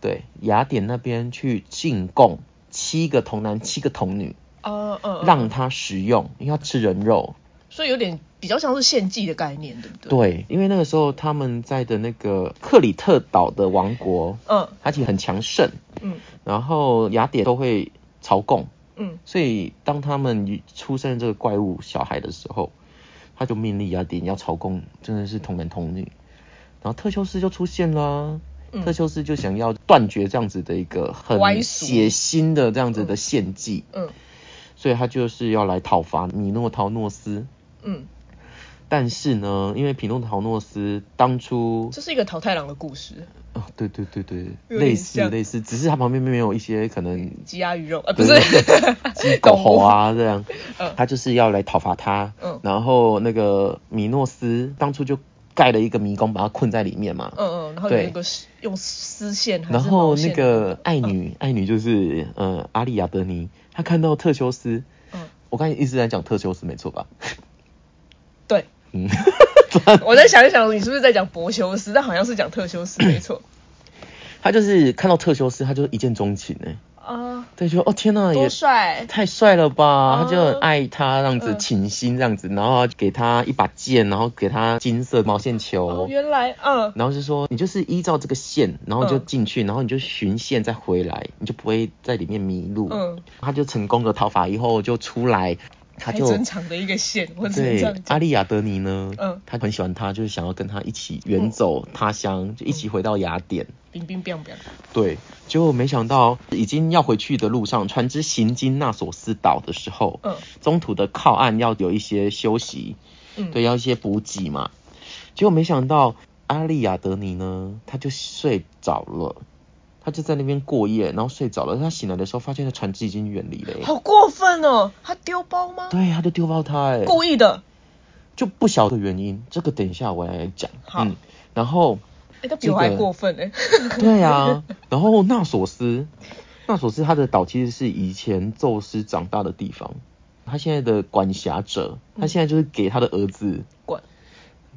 A: 对雅典那边去进贡七个童男七个童女，
B: 哦嗯，嗯
A: 让他食用，因为他吃人肉。
B: 所以有点比较像是献祭的概念，对不对？，
A: 对，因为那个时候他们在的那个克里特岛的王国，
B: 嗯
A: 它其实很强盛，
B: 嗯
A: 然后雅典都会朝贡，
B: 嗯，
A: 所以当他们出生这个怪物小孩的时候，他就命令雅典要朝贡，真的是童男童女。然后特修斯就出现啦，
B: 嗯
A: 特修斯就想要断绝这样子的一个很
B: 歪俗
A: 血腥的这样子的献祭，
B: 嗯
A: 所以他就是要来讨伐米诺陶诺斯。
B: 嗯，
A: 但是呢，因为匹诺陶诺斯当初
B: 这是一个桃太郎的故事，
A: 啊，对对对对，
B: 有点
A: 类似
B: 像
A: 类似，只是它旁边没有一些可能
B: 鸡鸭鱼肉， 呃，不
A: 对
B: 是
A: 鸡狗
B: 动物
A: 猴，啊这样
B: 嗯，
A: 他就是要来讨伐他。
B: 嗯
A: 然后那个米诺斯当初就盖了一个迷宫，把他困在里面嘛。
B: 嗯嗯，然后有
A: 对
B: 一个丝用丝线还是
A: 然后
B: 毛线
A: 那个爱
B: 嗯
A: 女，爱女就是呃阿丽亚德尼，她看到特修斯，
B: 嗯，
A: 我刚才一直在讲特修斯没错 吧？
B: 对，
A: 嗯，
B: 我再想一想，你是不是在讲博修斯？但好像是讲特修斯，没错。
A: 她就是看到特修斯，她就一见钟情哎、
B: 啊，
A: 对，就哦天呐，也
B: 多帅！
A: 太帅了吧！
B: 哦
A: 他就很爱他，这样子
B: 嗯
A: 倾心这样子，然后给他一把剑，然后给他金色毛线
B: 哦
A: 球，，
B: 原来，嗯
A: 然后就说你就是依照这个线，然后就进去，然后你就循线再回来，你就不会在里面迷路。
B: 嗯，
A: 他就成功的讨伐以后就出来，他
B: 还
A: 就
B: 正常的一个线，我只能
A: 对
B: 这样讲。
A: 阿利亚德尼呢，
B: 嗯
A: 他很喜欢他，就是想要跟他一起远走他乡，就一起回到雅典。
B: 冰冰冰冰，
A: 对，结果没想到已经要回去的路上，船只行经纳索斯岛的时候，
B: 嗯
A: 中途的靠岸要有一些休息，
B: 嗯，
A: 对，，要一些补给嘛。结果没想到阿利亚德尼呢，他就睡着了，他就在那边过夜，然后睡着了。他醒来的时候，发现那船只已经远离了耶。
B: 好过分哦！他丢包吗？
A: 对，他就丢包他哎，
B: 故意的。
A: 就不晓得原因，这个等一下我来讲。
B: 好
A: 嗯，然后
B: 哎，他比我还
A: 这个
B: 过分哎。
A: 对 啊，然后纳索斯，纳索斯他的岛其实是以前宙斯长大的地方，他现在的管辖者，
B: 嗯
A: 他现在就是给他的儿子
B: 管，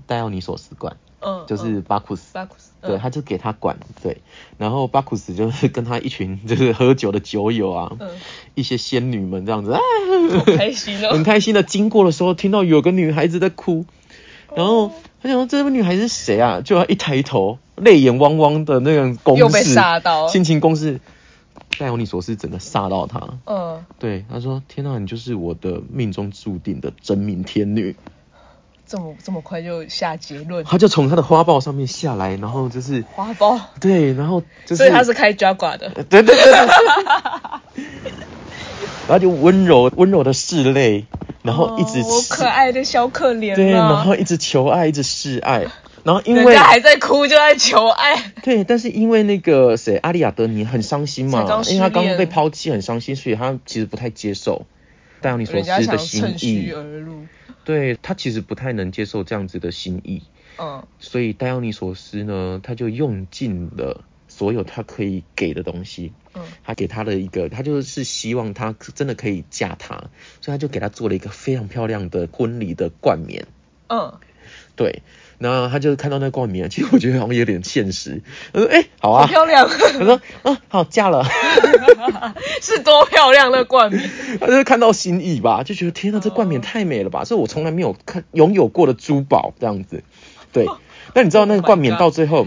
A: 戴奥尼索斯管，
B: 嗯，
A: 就是
B: 嗯
A: 巴库斯。
B: 巴库斯，嗯
A: 对，他就给他管，对，然后巴库斯就是跟他一群 就是喝酒的酒友啊，
B: 嗯，
A: 一些仙女们这样子，啊，
B: 好 开心哦。
A: 很开心的经过的时候，听到有个女孩子在哭，然后
B: 哦
A: 他想说这个女孩子是谁啊？就要一抬头，泪眼汪汪的那种公式，
B: 又被吓到
A: 心情公式，戴欧尼索斯整个吓到他。
B: 嗯，
A: 对，他说：“天呐，你就是我的命中注定的真命天女。
B: 这么这么快就下结”论，
A: 他就从他的花豹上面下来，然后就是
B: 花包。
A: 对，然后就是，
B: 所以他是开 Jaguar 的，
A: 对对对对， 然后就温柔温柔的拭泪，然后一直
B: 哦我
A: 拭
B: 可爱的小可怜啊
A: 对，然后一直求爱，一直示爱，然后因
B: 人
A: 为
B: 家还在哭，就在求爱。
A: 对，但是因为那个谁，阿利亚德尼很伤心嘛
B: 才刚，失
A: 因为他刚被
B: 恋
A: 抛弃，很伤心，所以他其实不太接受戴奥尼索
B: 人家
A: 斯
B: 想
A: 的心
B: 趁虚
A: 意，
B: 而入，
A: 对他其实不太能接受这样子的心意，
B: 嗯，
A: 所以戴奥尼索斯呢，他就用尽了。所有他可以给的东西，
B: 嗯
A: 他给他的一个，他就是希望他真的可以嫁他，所以他就给他做了一个非常漂亮的婚礼的冠冕。
B: 嗯，
A: 对，那他就看到那冠冕，其实我觉得好像有点现实。他说：“哎、好
B: 好
A: 啊。
B: 漂亮，”
A: 他说：“啊，好嫁了。
B: 是多漂亮的冠冕，”
A: 他就看到心意吧，就觉得天呐，这冠
B: 嗯
A: 冕太美了吧，是我从来没有看拥有过的珠宝这样子。 对，那你知道那个
B: Oh my
A: 冠冕
B: God
A: 到最后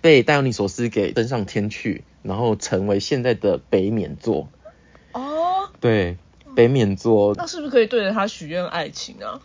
A: 被戴奥尼索斯给登上天去，然后成为现在的北冕座。
B: 哦，
A: 对，北冕座
B: 那是不是可以对着它许愿爱情啊？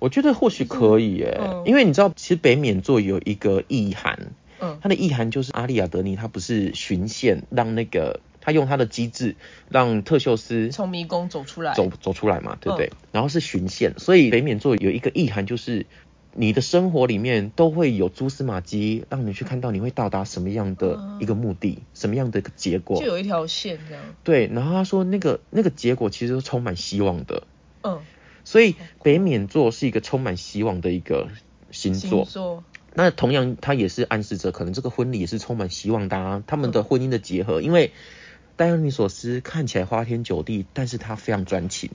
A: 我觉得或许可以耶，
B: 嗯
A: 因为你知道，其实北冕座有一个意涵，
B: 嗯
A: 它的意涵就是阿利亚德尼他不是巡线让那个他用他的机制让特修斯
B: 从迷宫走出来，嗯
A: 走走出来嘛，对不对？然后是巡线，所以北冕座有一个意涵就是。你的生活里面都会有蛛丝马迹，让你去看到你会到达什么样的一个目的，什么样的一个结果
B: 嗯就。有一条线这样。
A: 对，然后他说那个那个结果其实是充满希望的，
B: 嗯，
A: 所以北冕座是一个充满希望的一个星座。
B: 座，
A: 那同样，它也是暗示着可能这个婚礼也是充满希望的、啊，他们的婚姻的结合，因为戴安妮索斯看起来花天酒地，但是他非常专情，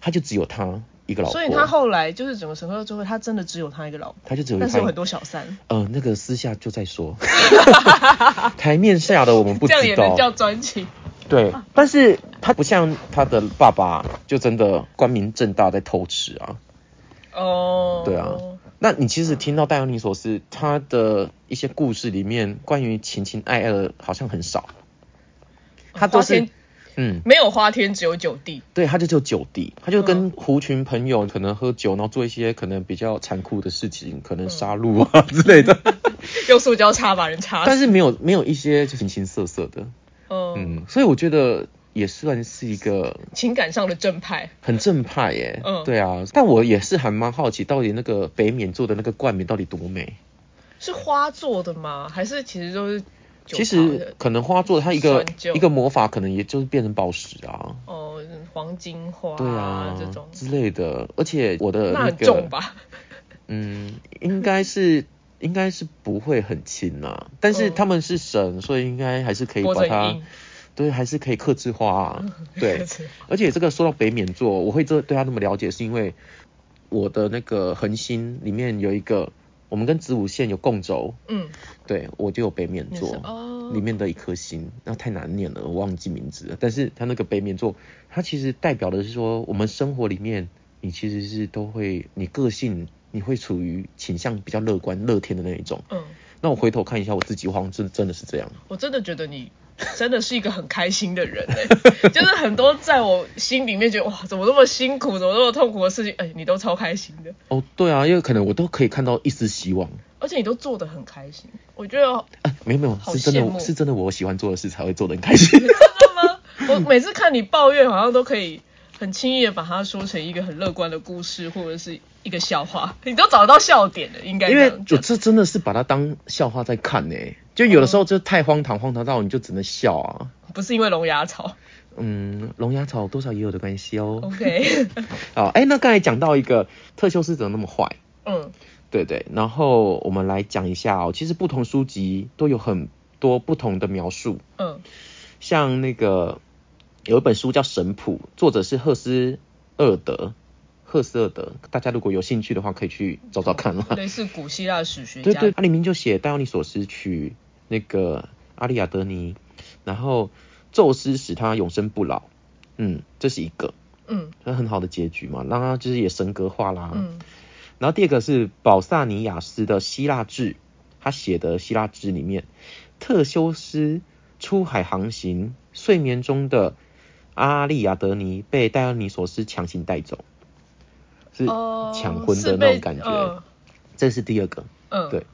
A: 他就只有他一个老婆，
B: 所以他后来就是整个神话最后，他真的只有他一个老婆，
A: 他就只有
B: 但是有
A: 他
B: 很。多小三，
A: 呃，那个私下就在 说，台面下的我们不
B: 这样也
A: 知
B: 能叫
A: 道。
B: 专情。
A: 对，但是他不像他的爸爸，就真的光明正大在偷吃啊。
B: 哦，
A: 对啊，那你其实听到戴安妮索斯他的一些故事里面，关于情情爱爱的好像很少，他都
B: 花
A: 是
B: 天
A: 嗯，
B: 没有花天，只有九弟。
A: 对，他就只有酒敌，他就
B: 嗯
A: 跟狐群朋友可能喝酒，然后做一些可能比较残酷的事情，可能杀戮啊之类的，
B: 嗯用塑胶叉把人叉死。
A: 但是没有没有一些就形形色色的，
B: 嗯，
A: 嗯，所以我觉得也算是一个
B: 情感上的正派，
A: 很正派耶，
B: 嗯
A: 对啊，但我也是还蛮好奇，到底那个北冕做的那个冠冕到底多美。
B: 是花做的吗？还是其实都是
A: 其
B: 酒桃
A: 实
B: 的？
A: 可能花做它一个
B: 酸旧
A: 一个魔法，可能也就是变成宝石啊，
B: 哦，黄金花
A: 对啊
B: 这种，
A: 之类的。而且我的
B: 那
A: 那
B: 很
A: 个，
B: 重吧？
A: 嗯，应该是应该是不会很轻啦、但是
B: 嗯
A: 他们是神，所以应该还是可以
B: 脖子
A: 把
B: 很
A: 它
B: 硬，。
A: 对，还是可以克制化、啊，对
B: 是
A: 而且这个说到北冕座，我会这对他那么了解，是因为我的那个恒星里面有一个，我们跟子午线有共轴，
B: 嗯，
A: 对我就有北冕
B: 你是
A: 座。
B: 哦，
A: 里面的一颗星，那太难念了，我忘记名字了。但是它那个北冕座，它其实代表的是说，我们生活里面，你其实是都会，你个性你会处于倾向比较乐观、乐天的那一种。
B: 嗯，
A: 那我回头看一下我自己，我好像真真的是这样。
B: 我真的觉得你真的是一个很开心的人 哎，就是很多在我心里面觉得哇，怎么那么辛苦，怎么那么痛苦的事情，哎，你都超开心的，
A: 哦，对啊，因为可能我都可以看到一丝希望。
B: 而且你都做的很开心，我觉得
A: 啊，没有没有，
B: 好
A: 是真
B: 羡
A: 的，
B: 慕
A: 是真的，我喜欢做的事才会做得很开 心。
B: 真的吗？ 我每次看你抱怨，好像都可以很轻易的把它说成一个很乐观的故事，或者是一个笑话，你都找到笑点了，应该
A: 因
B: 这
A: 为
B: 样
A: 我
B: 讲。
A: 这真的是把它当笑话在看呢、就有的时候就太荒唐，荒唐到你就只能笑啊。
B: 不是因为龙牙草
A: 嗯，龙牙草多少也有的关系哦。
B: ，OK，
A: 好，哎、那刚才讲到一个特修斯怎么那么坏，
B: 嗯
A: 对对，然后我们来讲一下哦，其实不同书籍都有很多不同的描述，
B: 嗯
A: 像那个有一本书叫《神谱》，作者是赫斯厄德，赫斯厄德，大家如果有兴趣的话，可以去找找看啦。
B: 类似古希腊史学
A: 对
B: 家，
A: 对，它里面就写戴奥尼索斯娶那个阿利亚德尼，然后宙斯使他永生不老，嗯，这是一个，
B: 嗯
A: 那很好的结局嘛，让他就是也神格化啦，
B: 嗯
A: 然后第二个是保萨尼亚斯的《希腊志》，他写的《希腊志》里面，特修斯出海航行，睡眠中的阿利亚德尼被戴安尼索斯强行带走，是
B: 哦
A: 抢婚
B: 是
A: 的那
B: 被
A: 种感觉。
B: 嗯
A: 这是第二个。
B: 嗯
A: 对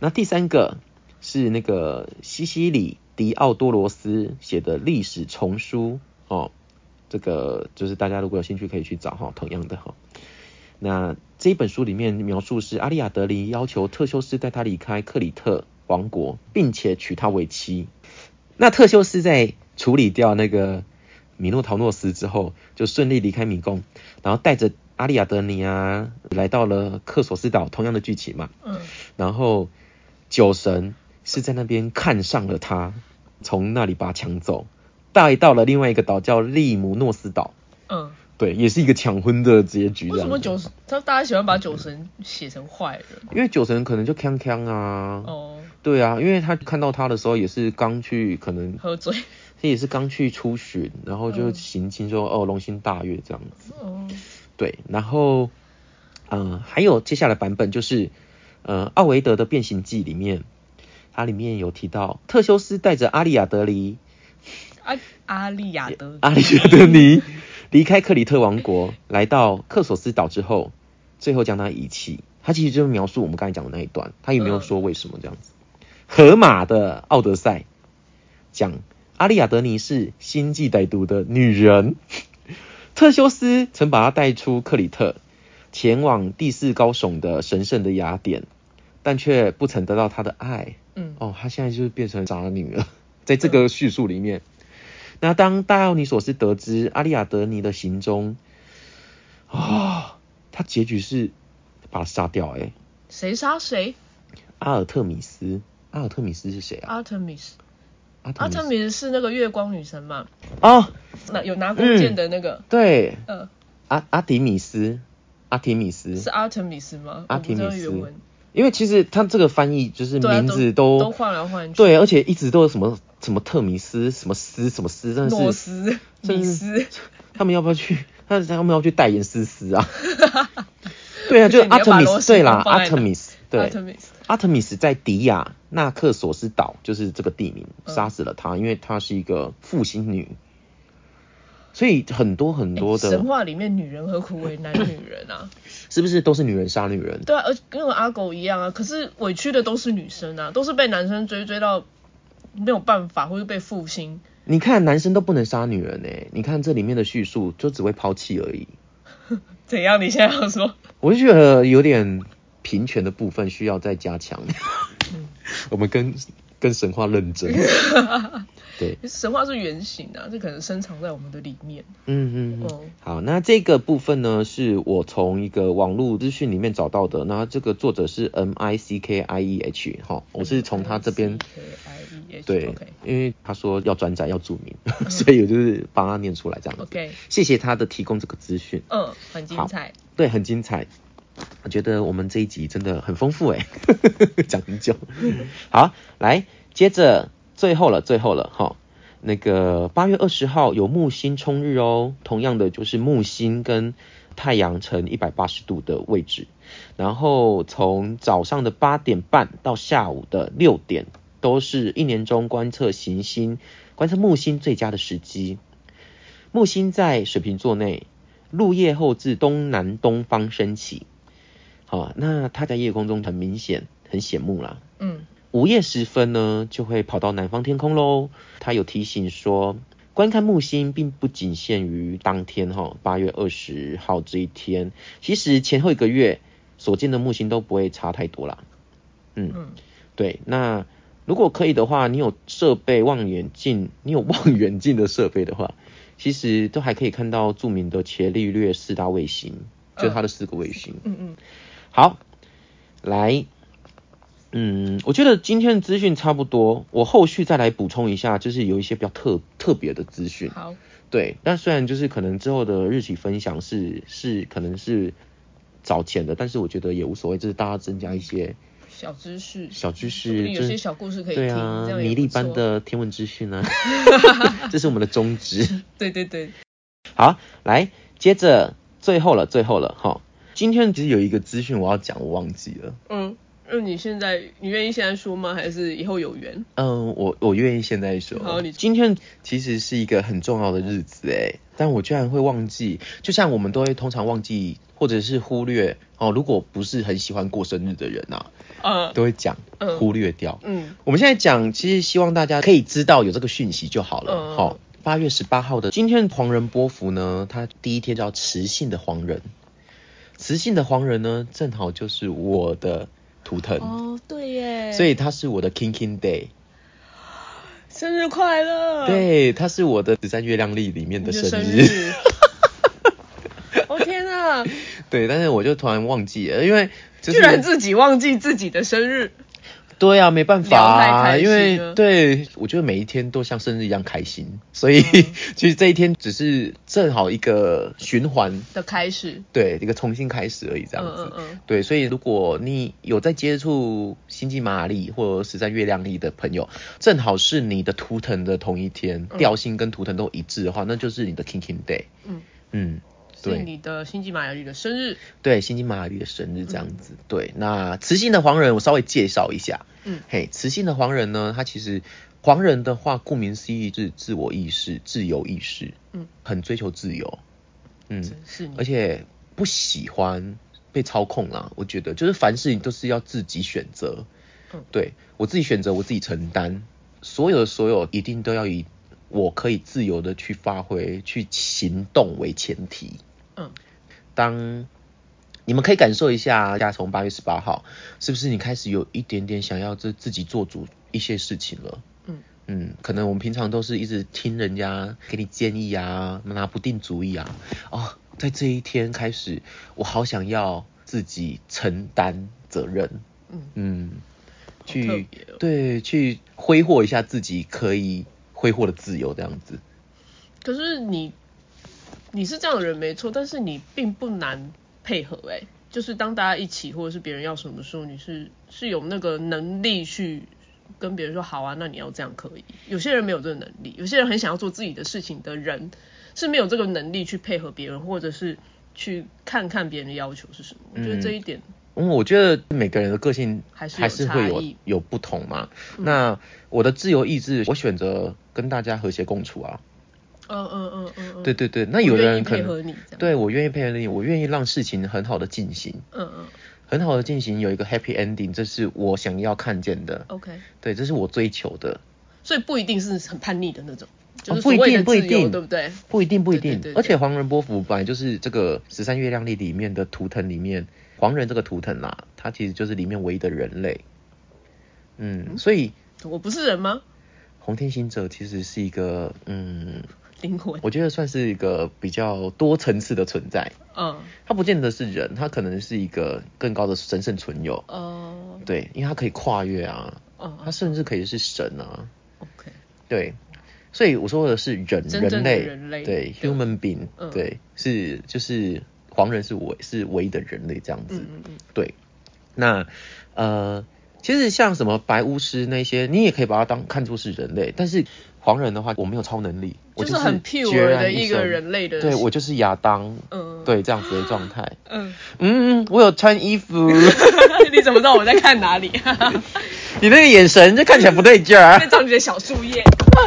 A: 那第三个是那个西西里迪奥多罗斯写的历史丛书哦，这个就是大家如果有兴趣可以去找哈、同样的哈、那这一本书里面描述是阿利亚德尼要求特修斯带他离开克里特王国，并且娶她为妻。那特修斯在处理掉那个米诺陶诺斯之后，就顺利离开迷宫，然后带着阿利亚德尼啊来到了克索斯岛，同样的剧情嘛。
B: 嗯
A: 然后酒神是在那边看上了他，从那里把他抢走，带到了另外一个岛叫利姆诺斯岛，
B: 嗯，
A: 对，也是一个抢婚的结局。
B: 为什么酒？他大家喜欢把酒神写成坏人？
A: 因为酒神可能就锵锵啊，
B: 哦，
A: 对啊，因为他看到他的时候也是刚去，可能
B: 喝醉，
A: 他也是刚去出巡，然后就
B: 嗯
A: 行经说、哦龙心大悦这样子，
B: 哦，
A: 对，然后嗯、呃还有接下来版本就是呃奥维德的变形记里面，它里面有提到特修斯带着阿利亚德尼
B: 阿阿利亚德，
A: 阿利亚德尼离开克里特王国，来到克索斯岛之后，最后将他遗弃。他其实就是描述我们刚才讲的那一段，他也没有说为什么这样子。荷马的《奥德赛》讲阿利亚德尼是心计歹毒的女人，特修斯曾把她带出克里特，前往地势高耸的神圣的雅典，但却不曾得到她的爱。
B: 嗯，
A: 哦，她现在就是变成渣女了， 在这个叙述里面。那当戴奥尼索斯得知阿利亚德尼的行踪，啊、他结局是把他杀掉、欸。
B: 谁杀谁？
A: 阿尔特米斯，阿尔特米斯是谁啊？
B: 阿特米斯，
A: 阿
B: 阿特
A: 斯
B: 米斯啊是那个月光女神嘛？
A: 哦，
B: 拿有拿弓箭的那个，
A: 对，
B: 呃，
A: 阿阿提米斯，阿提米斯
B: 是阿特米斯吗？
A: 阿
B: 我不
A: 提
B: 知
A: 米
B: 道
A: 斯
B: 原文，，
A: 因为其实他嗯这个翻译就是
B: 对啊
A: 名字
B: 都
A: 都
B: 都换来换去
A: 对，而且一直都有什么什么特米斯，什么斯什么斯，真的是
B: 诺斯、
A: 真的
B: 米
A: 是
B: 斯，
A: 他们要不要去？他他们要去代言思思 啊？对啊，就是
B: 而且你要
A: 阿特
B: 把
A: 米
B: 螺
A: 斯，
B: 丝
A: 对啦，
B: 放在
A: 阿特
B: 哪
A: 米斯，
B: 阿
A: 对
B: 特，米斯，
A: 阿特米斯在迪亚纳克索斯岛，就是这个地名，
B: 嗯
A: 杀死了她，因为她是一个负心女，所以很多很
B: 欸
A: 多的
B: 神，话里面女人何苦为难女人 啊？
A: 是不是都是女人杀女人？
B: 对啊，而跟我阿狗一样啊，可是委屈的都是女生啊，都是被男生追追到没有办法，或是被负心。
A: 你看男生都不能杀女人哎、你看这里面的叙述就只会抛弃而已，
B: 怎样？你现在要说？
A: 我就觉得有点平权的部分需要再加强，
B: 嗯
A: 我们跟跟神话认 真，对。
B: 神话是原型啊，这可能深藏在我们的里面。
A: 嗯嗯
B: 哦
A: 嗯，好，那这个部分呢，是我从一个网络资讯里面找到的。那这个作者是 M I C K I E H 哈，我是从他这边
B: I E H
A: 对
B: OK 嗯
A: 因为他说要转载要注明， 所以我就是帮他念出来这样子。
B: OK，
A: 谢谢他的提供这个资讯，
B: 嗯，很精彩。
A: 对，很精彩。我觉得我们这一集真的很丰富哎， 讲很久。好，来，接着最后了，最后了哈。那个八月二十号有木星冲日哦，同样的就是木星跟太阳呈一百八十度的位置，然后从早上的八点半到下午的六点，都是一年中观测行星、观测木星最佳的时机。木星在水瓶座内，入夜后至东南东方升起。好、啊那它在夜空中很明显，很显目啦。
B: 嗯，
A: 午夜时分呢，就会跑到南方天空喽。它有提醒说，观看木星并不仅限于当天哈、八月二十号这一天，其实前后一个月所见的木星都不会差太多啦。嗯，
B: 嗯
A: 对，那如果可以的话，你有设备望远镜， 你有望远镜的设备的话，其实都还可以看到著名的伽利略四大卫星，就它的四个卫星。
B: 嗯嗯，
A: 好，来，嗯，我觉得今天的资讯差不多，我后续再来补充一下，就是有一些比较特特别的资讯。
B: 好，
A: 对，但虽然就是可能之后的日期分享是是可能是早前的，但是我觉得也无所谓，就是大家增加一些
B: 小知识，
A: 小知
B: 嗯说
A: 识
B: 不，定有
A: 就是
B: 些小故事可以
A: 对
B: 听
A: 啊
B: 这样，也
A: 米
B: 不
A: 粒般
B: 错
A: 的天文资讯 啊， 这是我们的宗旨。
B: 对对对，
A: 好，来，接着最后了，最后了哈。今天其实有一个资讯我要讲，我忘记了。
B: 嗯，那你现在你愿意现在说吗？还是以后有缘？
A: 嗯，我我愿意现在说。
B: 好你
A: 今天其实是一个很重要的日子哎，但我居然会忘记，就像我们都会通常忘记或者是忽略哦，如果不是很喜欢过生日的人啊，
B: 呃，
A: 都会讲
B: 嗯
A: 忽略掉。
B: 嗯，
A: 我们现在讲，其实希望大家可以知道有这个讯息就好了。
B: 嗯
A: 好、八月十八号的今天黄人波幅呢，它第一天叫雌性的黄人，雌性的黄人呢，正好就是我的图腾，
B: 哦，对耶，
A: 所以它是我的 King King Day，、
B: 生日快乐，，
A: 对，它是我的只在月亮历里面
B: 嗯你
A: 的
B: 的
A: 生
B: 生
A: 日。
B: 日， 哦天啊，
A: 对，但是我就突然忘记了，因为、就是、
B: 居然自己忘记自己的生日，
A: 对啊，没办法、
B: 聊太
A: 啊，
B: 开
A: 因
B: 心
A: 为
B: 了
A: 对我觉得每一天都像生日一样开心，所以、
B: 嗯
A: 其实这一天只是正好一个循环，
B: 的开始，
A: 对，一个重新开始而已，这样子。
B: 嗯嗯嗯
A: 对，所以如果你有在接触星际玛雅历或者十三月亮历的朋友，正好是你的图腾的同一天，
B: 嗯
A: 调性跟图腾都一致的话，那就是你的 King King Day。
B: 嗯，
A: 嗯，
B: 是
A: 对
B: 你的星际玛雅历的生日，
A: 对，星际玛雅历的生日这样子。对，那雌性的黄人，我稍微介绍一下。
B: 嗯
A: 嘿，雌性的黄人呢，它其实黄人的话，顾名思义是自我意识、自由意识，
B: 嗯，
A: 很追求自由。嗯，
B: 真是
A: 而
B: 你，
A: 且不喜欢被操控啦。我觉得就是凡事你都是要自己选择，
B: 嗯
A: 对我自己选择，我自己承担，所有的所有一定都要以我可以自由的去发挥、去行动为前提。
B: 嗯，
A: 当你们可以感受一下，大家从八月十八号，是不是你开始有一点点想要自自己做主一些事情了？
B: 嗯
A: 嗯，可能我们平常都是一直听人家给你建议啊，拿不定主意啊。哦，在这一天开始，我好想要自己承担责任，
B: 嗯，
A: 嗯，
B: 特
A: 去
B: 别哦
A: 对去挥霍一下自己可以挥霍的自由，这样子。
B: 可是你你是这样的人没错，但是你并不难配合哎、就是当大家一起或者是别人要什么时候，你是是有那个能力去跟别人说好啊，那你要这样可以。有些人没有这个能力，有些人很想要做自己的事情的人是没有这个能力去配合别人，或者是去看看别人的要求是什么。我觉得这一点
A: 嗯，我觉得每个人的个性
B: 还是有
A: 还是会
B: 差
A: 有
B: 异嗯
A: 有不同嘛。那我的自由意志，我选择跟大家和谐共处啊。
B: 嗯嗯嗯嗯嗯，
A: 对对对，那有的人可
B: 我愿意配合
A: 能
B: 你这样，
A: 对我愿意配合你，我愿意让事情很好的进行，
B: 嗯嗯
A: 很好的进行有一个 happy ending，这是我想要看见的，
B: ，OK，
A: 对，这是我追求，的。
B: 所以不一定是很叛逆的那种，就
A: 哦
B: 是
A: 不
B: 所
A: 一
B: 谓
A: 定
B: 的
A: 不一
B: 自由
A: 定
B: 对不对？
A: 不一定，不一
B: 对对
A: 定。
B: 对对
A: 而且黄人波幅本来就是这个十三月亮历里面的图腾里面，黄人这个图腾啦，它其实就是里面唯一的人类。嗯，所以
B: 我不是人吗？
A: 红天行者其实是一个，嗯，
B: 灵魂，
A: 我觉得算是一个比较多层次的存在。
B: 嗯，
A: 它不见得是人，它可能是一个更高的神圣存有。
B: 哦，
A: 对，因为它可以跨越啊，
B: 哦
A: 它甚至可以是神啊。
B: ，OK，
A: 对，所以我说的是人，
B: 真正的
A: 类，
B: 人类
A: 对
B: 对
A: ，human being，、
B: 嗯
A: 对，是就是黄人是唯是唯一的人类这样子。
B: 嗯嗯嗯，
A: 对，那呃，其实像什么白巫师那些，你也可以把它当看作是人类，但是黄人的话，我没有超能力，我
B: 就是
A: 是
B: 很
A: 孑
B: pure
A: 然
B: 的
A: 一
B: 一个
A: 身
B: 人类的
A: 对
B: 形
A: 我就是亚当，
B: 嗯
A: 对这样子的状态。
B: 嗯，
A: 嗯，我有穿衣服，
B: 你怎么知道我在看哪里？
A: 你那个眼神就看起来不对劲儿啊
B: 在。找你的小树叶。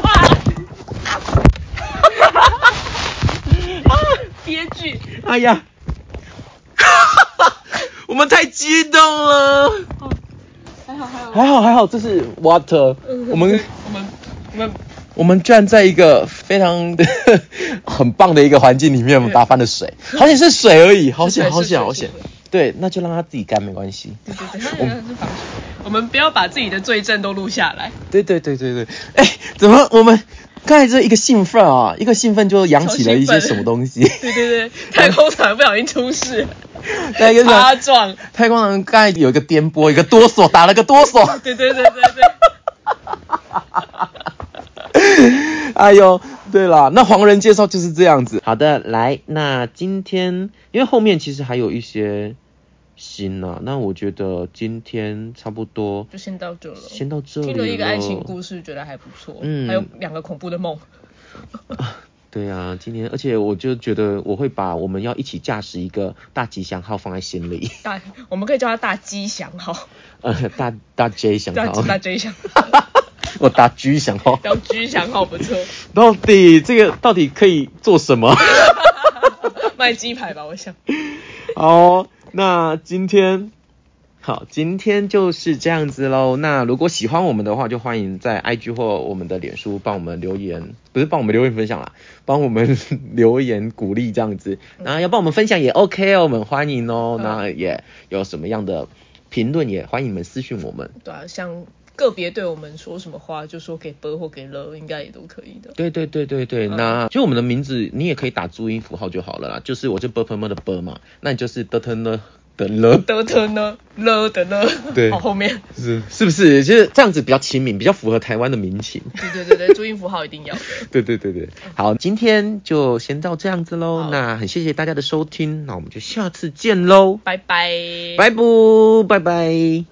B: 啊憋剧，
A: 哎呀，我们太激动了。
B: 哦还好还好，
A: 还好还好，这是 water，我们
B: 我们我们
A: 我们居然在一个非常 很棒的一个环境里面，我们打翻了 水，好险是水而已，好
B: 是
A: 险
B: 水
A: 好险
B: 是水
A: 好
B: 是
A: 险
B: 水。
A: 对，那就让它自己干没关系。
B: 对对对，它是防水，我们不要把自己的罪证都录下来，
A: 对对对对对，哎，怎么我们刚才这一个兴奋啊，一个兴奋就扬起了一些什么东西，
B: 对对对，太空船不小心出事，
A: 那个
B: 擦
A: 是
B: 撞，
A: 太空人刚才有一个颠簸，一个哆嗦，打了个哆嗦。
B: 对对对对 对，
A: 哎呦，对啦，那黄人介绍就是这样子。好的，来，那今天因为后面其实还有一些新啊，那我觉得今天差不多
B: 就先到这了，
A: 先到这里
B: 听了一个爱情
A: 事。
B: 故事，觉得还不错，
A: 嗯
B: 还有两个恐怖的梦，
A: 对啊，今天而且我就觉得我会把我们要一起驾驶一个大吉祥号放在心里，
B: 大我们可以叫它大吉祥号，
A: 呃，大大 J 祥
B: 大
A: 号，
B: 大 J 祥，
A: 我大 G 祥号，
B: 叫 G 祥号不错，
A: 到底这个到底可以做什么？
B: 卖鸡排吧，我想，
A: 好哦、那今天好，今天就是这样子喽。那如果喜欢我们的话，就欢迎在 IG 或我们的脸书帮我们留言，不是帮我们留言分享啦， 帮我们留言鼓励这样子。然后要帮我们分享也 OK 哦，我们欢迎哦。
B: 嗯
A: 那也有什么样的评论也欢迎你们私讯我们。
B: 对啊，像个别对我们说什么话，就说给波或给了，应该也都可以的，
A: 对对对对对，
B: 嗯
A: 那就我们的名字，你也可以打注音符号就好了啦。就是我就 b p m 的 b 嘛，那你就是 d t n 的的了，
B: 得的呢，了的呢，
A: 对
B: 好后面，
A: 是是不是？就是这样子比较亲民，比较符合台湾的民情。
B: 对对对对，注音符号一定要的。
A: 对对对对，好，今天就先到这样子喽。
B: 好
A: 那很谢谢大家的收听，那我们就下次见喽，
B: 拜拜，
A: 拜不，拜拜。